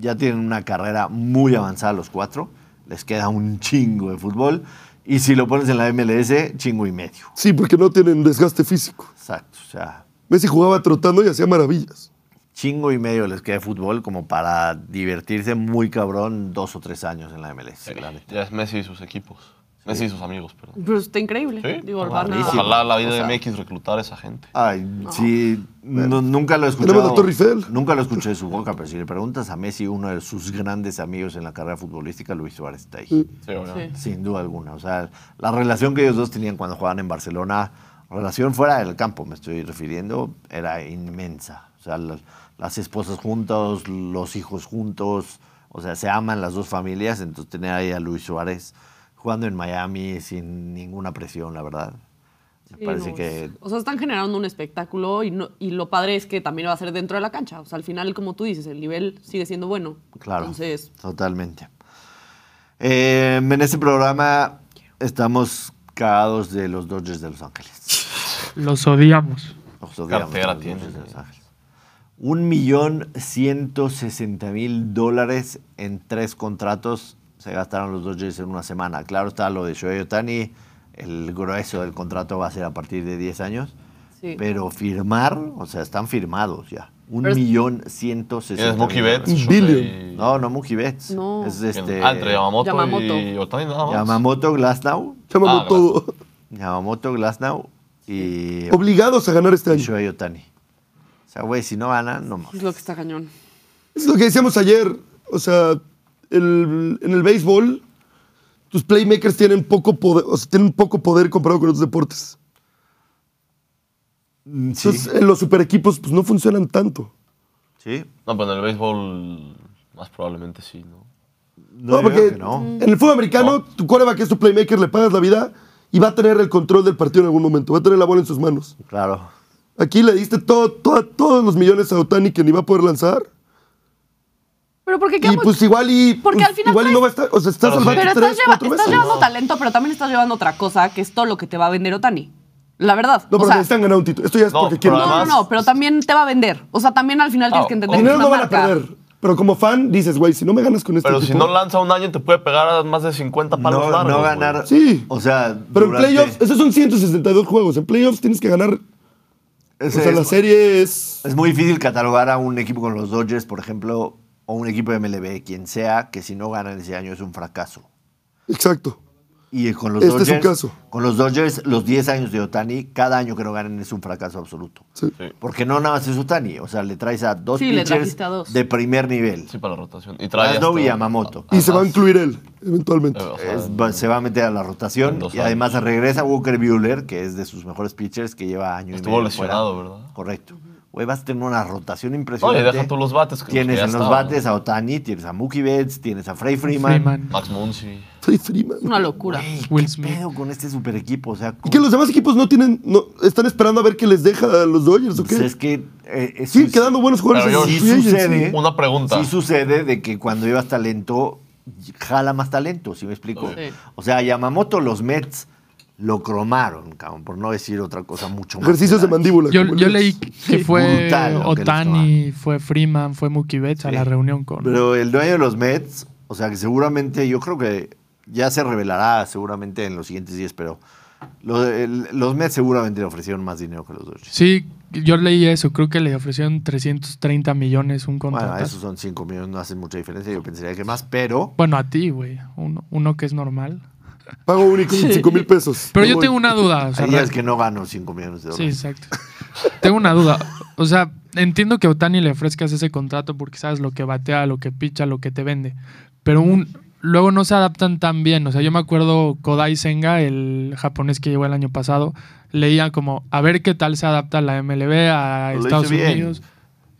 ya tienen una carrera muy avanzada los cuatro, les queda un chingo de fútbol. Y si lo pones en la MLS, chingo y medio. Sí, porque no tienen desgaste físico. Exacto. O sea, Messi jugaba trotando y hacía maravillas. chingo y medio les queda de fútbol como para divertirse muy cabrón dos o tres años en la MLS. la neta. Ya es Messi y sus equipos. Messi y sus amigos, perdón. Pero está increíble. Sí. Digo, ojalá, van a- buenísimo. ojalá la vida O sea- de MX reclutar a esa gente. Ay, sí, no- nunca lo he Tenemos escuchado. la Torre Eiffel. Nunca lo escuché de su boca, pero si le preguntas a Messi, uno de sus grandes amigos en la carrera futbolística, Luis Suárez está ahí. Sí, obviamente. Sin duda alguna. O sea, la relación que ellos dos tenían cuando jugaban en Barcelona, relación fuera del campo, me estoy refiriendo, era inmensa. O sea, la- las esposas juntos, los hijos juntos, o sea, se aman las dos familias. Entonces, tener ahí a Luis Suárez jugando en Miami sin ninguna presión, la verdad. Me parece no, que es- O sea, están generando un espectáculo y, no, y lo padre es que también lo va a hacer dentro de la cancha. O sea, al final, como tú dices, el nivel sigue siendo bueno. Claro. Entonces, Totalmente. Eh, en este programa estamos cagados de los Dodgers de Los Ángeles. Los odiamos. Los odiamos, Cartera los tiene. Dodgers de Los Ángeles. Un millón ciento sesenta mil dólares en tres contratos se gastaron los Dodgers en una semana. Claro está lo de Shohei Otani. El grueso del contrato va a ser a partir de 10 años. sí. Pero firmar, o sea, están firmados ya. Un Pero es- millón ciento sesenta Tienes Mookie mil Betts. dólares. Shohei- Billion. No, no Mookie Betts. No. Es este... Ah, entre Yamamoto, Yamamoto. y Otani nada más. Yamamoto, Glasnow. Llámame Ah, todo. Yamamoto, Glasnow y Obligados a ganar este y año. Shohei Otani. O sea, güey, si no ganan, no mames. Es Pues, lo que está cañón. Es lo que decíamos ayer. O sea, el- en el béisbol, tus playmakers tienen poco poder, o sea, tienen poco poder comparado con otros deportes. Sí, Entonces, en los super equipos, pues no funcionan tanto. sí. No, pero en el béisbol más probablemente sí, ¿no? No, no, yo creo porque que no. en el fútbol americano, tu coreback es tu playmaker, le pagas la vida y va a tener el control del partido en algún momento. Va a tener la bola en sus manos. Claro. Aquí le diste todo, todo- todos los millones a Otani que ni va a poder lanzar. Pero porque Y quedamos- pues igual y. Porque pues, al final Igual y traes- no va a estar. O sea, estás Pero al sí. bate Pero tres, estás, lleva- cuatro estás veces. llevando talento, pero también estás llevando otra cosa, que es todo lo que te va a vender Otani. La verdad. No, o pero sea, necesitan ganar un título. Esto ya es No, porque pero quieren. no, no, además- no, pero también te va a vender. O sea, también al final Ah, tienes que entender oh. Dinero que es no una van a marca. perder. Pero como fan dices, güey, si no me ganas con este Pero si equipo- no lanza un año, te puede pegar a más de 50 palos No, largos. no güey. ganar. Sí. O sea, Pero en durante- playoffs, esos son 162 juegos. En playoffs tienes que ganar. O Ese sea, es, la serie es. es muy difícil catalogar a un equipo con los Dodgers, por ejemplo, o un equipo de MLB, quien sea, que si no ganan ese año es un fracaso. Exacto. Y con los Este es Dodgers. un caso. Con los Dodgers, los 10 años de Otani, cada año que no ganen es un fracaso absoluto. Sí. Sí, Porque no nada más es Otani. O sea, le traes a dos Sí, le pitchers trajiste a dos. de primer nivel. sí, para la rotación. Y trae Glasnow hasta- y Yamamoto. Y se va a Además- incluir él, eventualmente. Eh, o sea, Es- va- se va a meter a la rotación. en dos Y además regresa Walker Buehler, que es de sus mejores pitchers, que lleva año Estuvo y medio fuera. lesionado, ¿verdad? Correcto. Güey, vas a tener una rotación No, impresionante. y deja todos los bates. Que Tienes que ya en los estaban, bates a Otani, tienes a Mookie Betts, tienes a Frey Freeman. Freeman, ¿no? Max Muncy. Soy Freeman. Es una locura. Ey, Will ¿Qué Smith. pedo con este super equipo? O sea, Y que los demás equipos no tienen. No, están esperando a ver qué les deja a los Dodgers o pues qué. es que... eh, es Siguen un- quedando buenos jugadores. Pero en sí el free agency. sucede. Una pregunta. Sí sucede de que cuando llevas talento, jala más talento, ¿sí me explico? Sí. O sea, Yamamoto, los Mets lo cromaron, cabrón, por no decir otra cosa mucho más. Ejercicios de grave. mandíbula. Yo, como yo el- leí que fue Brutal lo que les Otani, fue Freeman, fue Mookie Betts a Sí. la reunión con. Pero el dueño de los Mets, o sea, que seguramente, yo creo que ya se revelará seguramente en los siguientes días, pero lo- el- los Mets seguramente le ofrecieron más dinero que los Dodgers. Sí, yo leí eso. Creo que le ofrecieron 330 millones un contrato. Bueno, Bueno, esos son 5 millones, no hacen mucha diferencia, yo pensaría que más, pero... a ti, güey. Uno, uno que es normal. Pago único de 5 mil pesos. Pero Me yo voy. tengo una duda. O sea, Hay días real- que no gano 5 millones de Sí, dólares. exacto. tengo una duda. O sea, entiendo que a Otani le ofrezcas ese contrato porque sabes lo que batea, lo que picha, lo que te vende. Pero un, luego no se adaptan tan bien. O sea, yo me acuerdo Kodai Senga, el japonés que llegó el año pasado, leía como a ver qué tal se adapta la MLB a Lo hizo Estados bien. Unidos.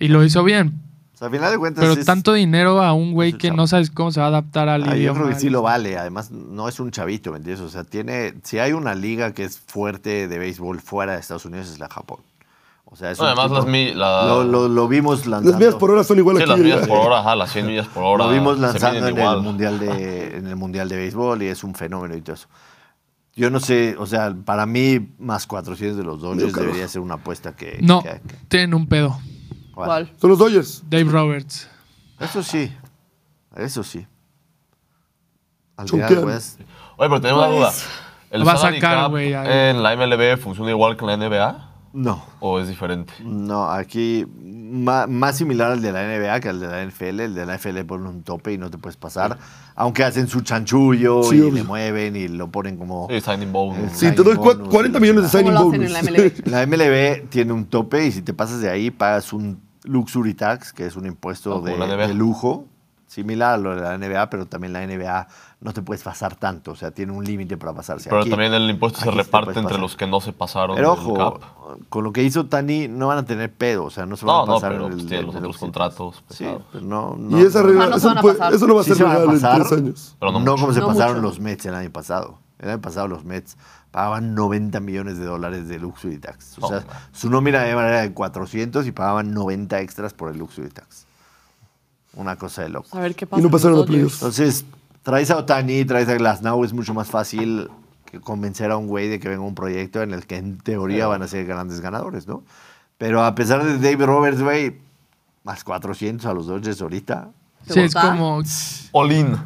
Y lo hizo bien. O sea, al final de cuentas... Pero es- tanto dinero a un güey es el que chavo. no sabes cómo se va a adaptar al Ah, yo idioma. creo que sí lo vale. Además, no es un chavito, ¿me entiendes? O sea, tiene. Si hay una liga que es fuerte de béisbol fuera de Estados Unidos, es la Japón. O sea, es No, un además tipo- las mi- la- lo, lo- lo vimos lanzando. Las millas por hora son igual Sí, aquí. Eh, las millas ¿verdad? por hora, ajá, las 100 millas por hora. Lo vimos se lanzando miden en igual. el, mundial de, en el Mundial de Béisbol y es un fenómeno y todo eso. Yo no sé, o sea, para mí, más 400 de los Dodgers carajo. debería ser una apuesta que. No, que- que- tienen un pedo. ¿Cuál? Son los Dodgers. Dave Roberts. Eso sí. Eso sí. Al Choquean. final, pues, Oye, pero tenemos una duda. ¿El Lo va a salary sacar, cap güey, ahí. en la MLB funciona igual que en la NBA? no. ¿O es diferente? No, aquí ma- más, similar al de la NBA que al de la NFL. El de la NFL ponen un tope y no te puedes pasar. Aunque hacen su chanchullo Sí, y obvio. le mueven y lo ponen como... Sí, signing bonus. Eh, Sí. Sí, te doy cua- bonus, 40 millones de ¿Cómo signing lo hacen en bonus. la MLB? La MLB tiene un tope y si te pasas de ahí pagas un luxury tax, que es un impuesto Ah, de, como la NBA. de lujo. Similar a lo de la NBA, pero también la NBA no te puedes pasar tanto. O sea, tiene un límite para pasarse. Pero Aquí- también el impuesto se aquí sí te reparte puedes entre pasar. los que no se pasaron Pero del ojo, cap. con lo que hizo Tani no van a tener pedo, o sea, no se van No, a no, pasar pero pues, el- tienen los el- otros el- contratos Sí, pesados. pero no, no. Y esa no, regla, no se eso, van a puede- pasar. eso no va a Sí ser se van a legal en pasar. tres años. Pero no no como se No pasaron mucho. los Mets el año pasado. El año pasado los Mets pagaban 90 millones de dólares de luxury tax. O sea, su nómina era de 400 y pagaban 90 extras por el luxury tax. Una cosa de loco. A ver qué pasa. Y no con pasaron a Dodgers. playoffs. Entonces, traes a Otani, traes a Glasnow, es mucho más fácil que convencer a un güey de que venga un proyecto en el que en teoría van a ser grandes ganadores, ¿no? Pero a pesar de Dave Roberts, güey, más 400 a los Dodgers ahorita. ¿Te Sí, es gusta? como. All in.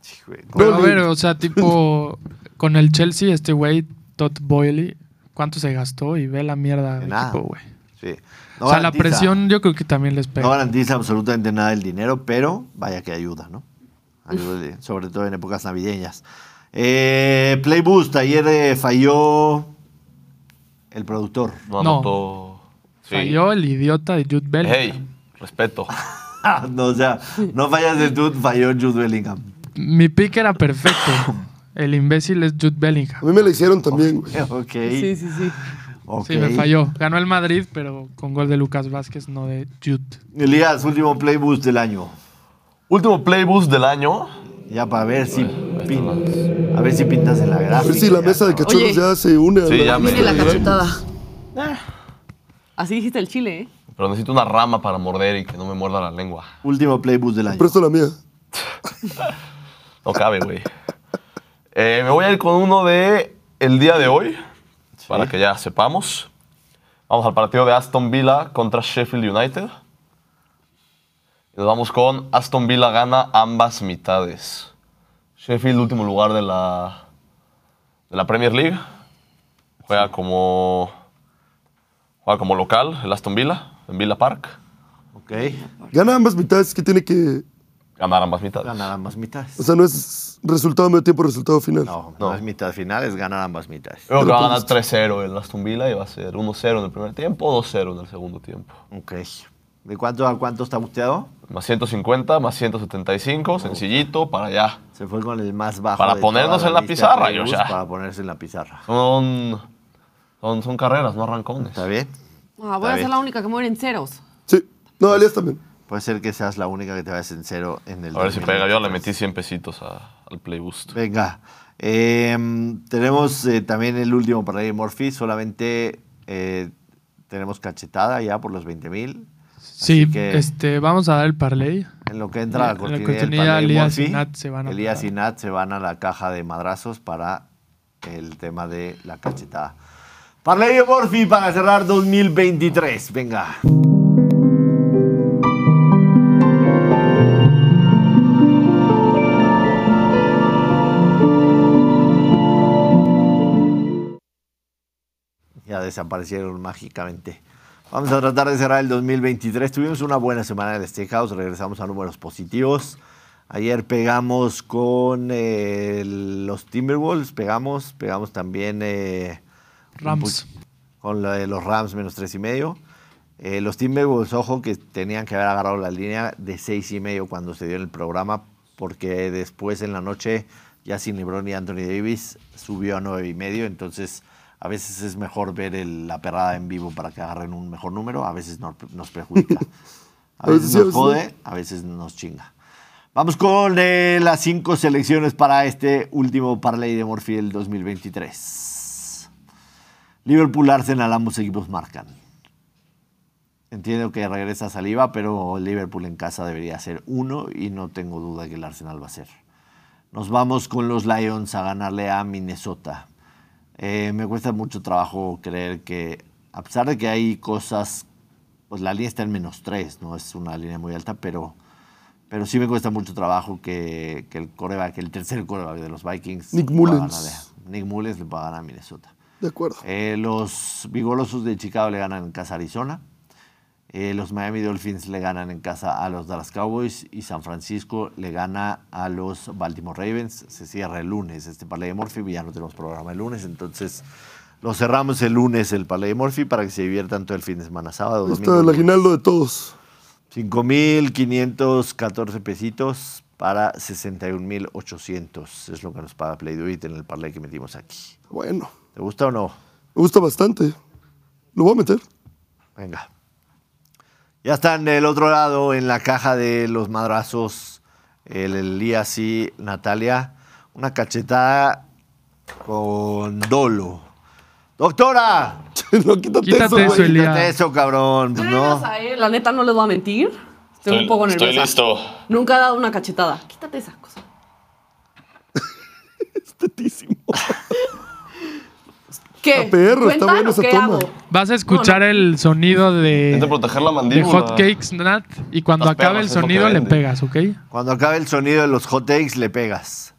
sí, güey, con- Pero a ver, o sea, tipo. Con el Chelsea, este güey, Todd Boyle, ¿cuánto se gastó? Y ve la mierda de Nada. equipo, güey. sí. o sea, la garantiza- presión yo creo que también les pega. No garantiza absolutamente nada el dinero, pero vaya que ayuda, ¿no? Ayuda, de- sobre todo en épocas navideñas. Eh, Play Boost, ayer eh, falló el productor. No No. anotó. Sí. Falló el idiota de Jude Bellingham. Hey, respeto. Ah, no, o sea, no fallas de tú, falló Jude Bellingham. Mi pick era perfecto. El imbécil es Jude Bellingham. A mí me la hicieron también, güey. Ok. Sí, sí, sí. ok. Sí, me falló. Ganó el Madrid, pero con gol de Lucas Vázquez, no de Jude. Elías, último play boost del año. Último playboost del año. Ya para ver si pin- a ver si pintas en la gráfica. A ver si la ya, mesa de ¿no? cachorros Oye. ya se une a Sí, la- ya me. Viene la cachetada. Ah. Así dijiste el chile, ¿eh? Pero necesito una rama para morder y que no me muerda la lengua. Último play boost del año. Presto la mía. No cabe, güey. Eh, me voy a ir con uno de el día de hoy, para que ya sepamos. Vamos al partido de Aston Villa contra Sheffield United. Y nos vamos con Aston Villa gana ambas mitades. Sheffield, último lugar de la, de la Premier League. Juega como. Juega como local, el Aston Villa, en Villa Park. Ok. Gana ambas mitades que tiene que. Ganar ambas mitades. Ganar ambas mitades. O sea, no es resultado medio tiempo, resultado final. no, no es mitad final, es ganar ambas mitades. Creo que Pero va a ganar pues- 3-0 el Aston Villa y va a ser 1-0 en el primer tiempo, 2-0 en el segundo tiempo. Ok. ¿De cuánto a cuánto está busteado? Más 150, más 175, sencillito, para allá. Se fue con el más bajo. Para de ponernos toda en la lista de pizarra, play boost, Joshua. Para ponerse en la pizarra. Son, son, son carreras, no arrancones. ¿Está bien? Ah, voy Está a bien. ser la única que muere en ceros. Sí. No, Elias también. Puede ser que seas la única que te vayas en cero en el A ver si 2023. pega. Yo le metí 100 pesitos a- al Playboost. Venga. Em, tenemos eh, también el último para Eddie Murphy. Solamente eh, tenemos cachetada ya por los 20 mil. Sí, que- este, vamos a dar el parlay. En lo que entra la La cortinilla, cortinilla, del Palais Elías Murphy, y Nat se van a Elías parar. y Nat se van a la caja de madrazos para el tema de la cachetada. Parley de Murphy para cerrar 2023. Venga. Ya desaparecieron mágicamente. Vamos a tratar de cerrar el 2023. Tuvimos una buena semana en el Steakhouse, regresamos a números positivos. Ayer pegamos con eh, los Timberwolves, pegamos, pegamos también eh, un Rams. pu- con la de los Rams menos tres y medio. Eh, los Timberwolves, ojo, que tenían que haber agarrado la línea de seis y medio cuando se dio en el programa, porque después en la noche, ya sin LeBron y Anthony Davis, subió a nueve y medio. Entonces, a veces es mejor ver el- la perrada en vivo para que agarren un mejor número, a veces no- nos perjudica. A veces sí, a nos veces no. jode, a veces nos chinga. Vamos con eh, las cinco selecciones para este último parlay de Morphy del 2023. Liverpool, Arsenal, ambos equipos marcan. Entiendo que regresa Saliba, pero el Liverpool en casa debería ser uno y no tengo duda que el Arsenal va a ser. Nos vamos con los Lions a ganarle a Minnesota. Eh, me cuesta mucho trabajo creer que, a pesar de que hay cosas, pues la línea está en menos 3, no es una línea muy alta, pero, pero sí me cuesta mucho trabajo que, que el coreback, el tercer coreback de los Vikings, Nick pueda Mullens. ganarle a- Nick Mullens le va a ganar a Minnesota. De acuerdo. Eh, los Vigolosos de Chicago le ganan en casa a Arizona. Eh, los Miami Dolphins le ganan en casa a los Dallas Cowboys y San Francisco le gana a los Baltimore Ravens. Se cierra el lunes este Palais de Morphy, ya no tenemos programa el lunes, entonces lo cerramos el lunes el Palais de Morphy para que se diviertan todo el fin de semana, sábado, Ahí está el domingo. aguinaldo de todos. 5.514 pesitos para 61.800 es lo que nos paga Play Do It en el parlay que metimos aquí. Bueno, ¿Te gusta o no? me gusta bastante. Lo voy a meter. Venga. Ya están del otro lado en la caja de los madrazos el Elías y Natalia. Una cachetada con dolo. Doctora, no, quítate, eso, Quítate güey. eso, Elías. quítate eso, cabrón. pues Trénanos no. a él, la neta no les voy a mentir. Estoy, un poco nerviosa. Estoy listo. Nunca he dado una cachetada. Quítate esa cosa. Tetísimo. ¿Qué? Está perro, está ¿Cuentan bueno o ese qué toma. hago? Vas a escuchar el sonido Intenta de, proteger la de mandíbula. hot cakes, Nat, y cuando Las acabe perras el es lo que sonido le venden. pegas, ¿ok? Cuando acabe el sonido de los hot takes, le pegas.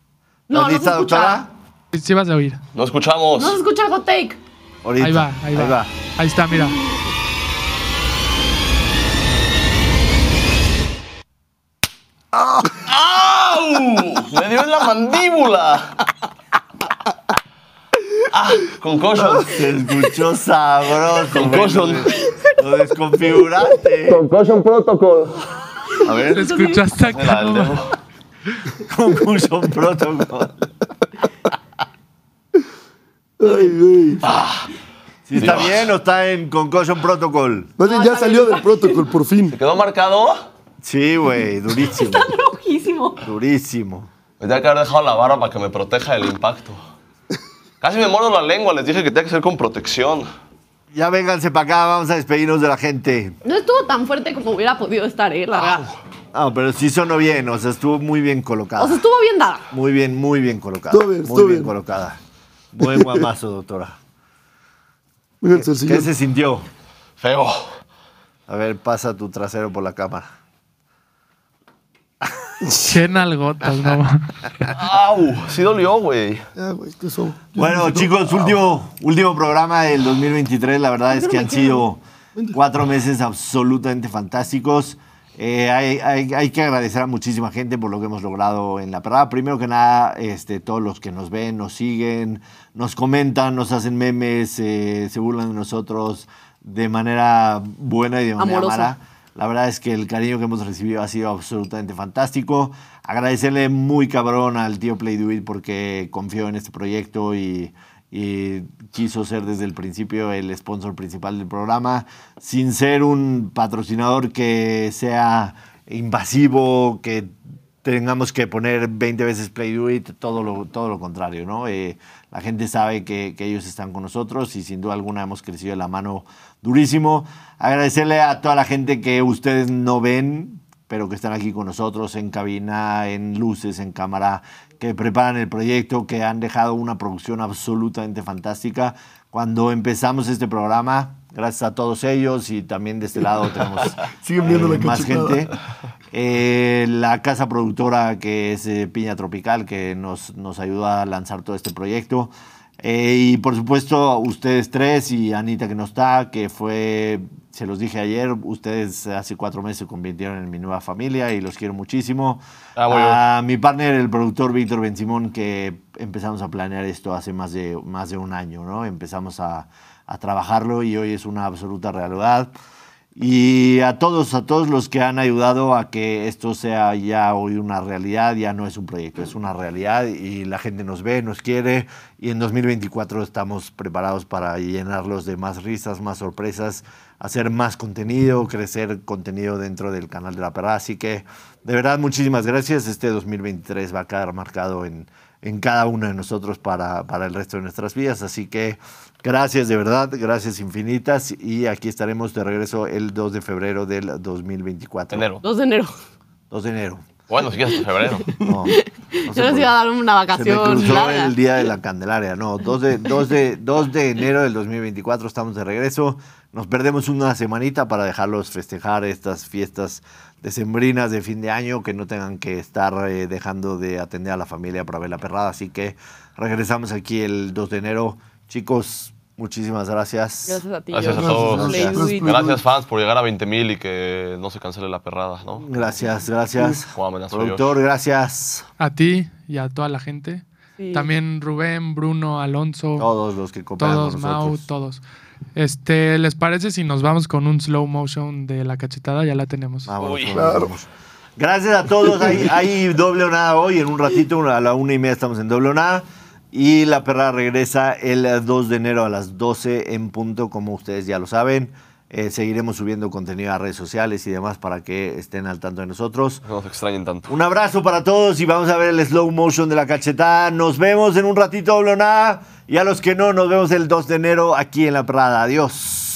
No, no se ¿Lista, escucha. doctora? Sí, Sí vas a oír. No escuchamos. No se escucha el hot take. Ahorita. Ahí va, ahí, va. Ahí está, mira. ¡Au! ¡Me dio en la mandíbula! ¡Ah! Concussion. Se escuchó sabroso. güey. Concussion. Lo desconfiguraste. Concussion Protocol. A Te ver. escuchaste Mira, acá. el nomás. dedo. Concussion protocol. Ay, güey. Si está Dios. bien o está en Concussion Protocol. Más bien, ya salió del protocolo, por fin. ¿Quedó marcado? Sí, güey, durísimo. Rojísimo. durísimo. Me tenía que haber dejado la barba para que me proteja del impacto. Casi me muerdo la lengua, les dije que tenía que ser con protección. Ya vénganse para acá, vamos a despedirnos de la gente. No estuvo tan fuerte como hubiera podido estar, eh, la verdad. Ah, pero sí sonó bien, o sea, estuvo muy bien colocada. O sea, estuvo bien dada. Muy bien, muy bien colocada. Estuvo bien, muy estuvo bien, bien. colocada. Buen guamazo, doctora. Miren, el ¿Qué sillón. se sintió? Feo. A ver, pasa tu trasero por la cámara. Llena algotas, no mames. ¡Au! Sí dolió, güey. Ya, güey, esto es todo. Bueno, chicos, último, último programa del 2023. La verdad es que han sido cuatro meses absolutamente fantásticos. Eh, hay, hay- hay que agradecer a muchísima gente por lo que hemos logrado en la perrada. Primero que nada, este, todos los que nos ven, nos siguen, nos comentan, nos hacen memes, eh, se burlan de nosotros de manera buena y de manera Amorosa. mala. La verdad es que el cariño que hemos recibido ha sido absolutamente fantástico. Agradecerle muy cabrón al tío Play Do It porque confió en este proyecto y, y quiso ser desde el principio el sponsor principal del programa, sin ser un patrocinador que sea invasivo, que tengamos que poner 20 veces Play Do It, todo lo, todo lo contrario, ¿no? Eh, la gente sabe que, que ellos están con nosotros y sin duda alguna hemos crecido de la mano durísimo. Agradecerle a toda la gente que ustedes no ven, pero que están aquí con nosotros en cabina, en luces, en cámara, que preparan el proyecto, que han dejado una producción absolutamente fantástica. Cuando empezamos este programa, gracias a todos ellos y también de este lado tenemos Siguen viendo la más cachetada. gente. Eh, la casa productora que es eh, Piña Tropical, que nos, nos ayuda a lanzar todo este proyecto. Eh, y por supuesto, ustedes tres y Anita que no está, que fue, se los dije ayer, ustedes hace cuatro meses se convirtieron en mi nueva familia y los quiero muchísimo. Ah, muy bien. A mi partner, el productor Víctor Benzimón, que empezamos a planear esto hace más de, más de un año, ¿no? Empezamos a, a trabajarlo y hoy es una absoluta realidad. Y a todos, a todos los que han ayudado a que esto sea ya hoy una realidad, ya no es un proyecto, es una realidad y la gente nos ve, nos quiere y en 2024 estamos preparados para llenarlos de más risas, más sorpresas, hacer más contenido, crecer contenido dentro del canal de la perra. Así que de verdad muchísimas gracias. Este 2023 va a quedar marcado en, en cada uno de nosotros para, para el resto de nuestras vidas. Así que gracias de verdad, gracias infinitas y aquí estaremos de regreso el 2 de febrero del 2024. Enero. 2 de enero. Pues 2 de enero. Bueno, si quieres, febrero. No, no sé Yo les por- iba a dar una pues se me vacación cruzó larga. el día de la Candelaria, no, 2 de, 2 de, 2 de enero del 2024 estamos de regreso, nos perdemos una semanita para dejarlos festejar estas fiestas decembrinas de fin de año, que no tengan que estar eh, dejando de atender a la familia para ver la perrada, así que regresamos aquí el 2 de enero. Chicos, muchísimas gracias. Gracias a ti. Gracias a Josh. todos. Play do it. Gracias, fans, por llegar a 20.000 y que no se cancele la perrada, ¿no? Gracias, gracias. Juan, amenazo yo. Productor, gracias. A ti y a toda la gente. Sí. También Rubén, Bruno, Alonso, Todos los que cooperan todos, con Mau, nosotros. todos. Este, ¿les parece si nos vamos con un slow motion de la cachetada? Ya la tenemos. Vámonos, Uy. vámonos, vámonos. Gracias a todos. Hay, hay doble o nada hoy. En un ratito, una- a la una y media, estamos en doble o nada. Y la perra regresa el 2 de enero a las 12 en punto, como ustedes ya lo saben. Eh, seguiremos subiendo contenido a redes sociales y demás para que estén al tanto de nosotros. No se extrañen tanto. Un abrazo para todos y vamos a ver el slow motion de la cachetada. Nos vemos en un ratito, Oblona. Y a los que no, nos vemos el 2 de enero aquí en La Prada. Adiós.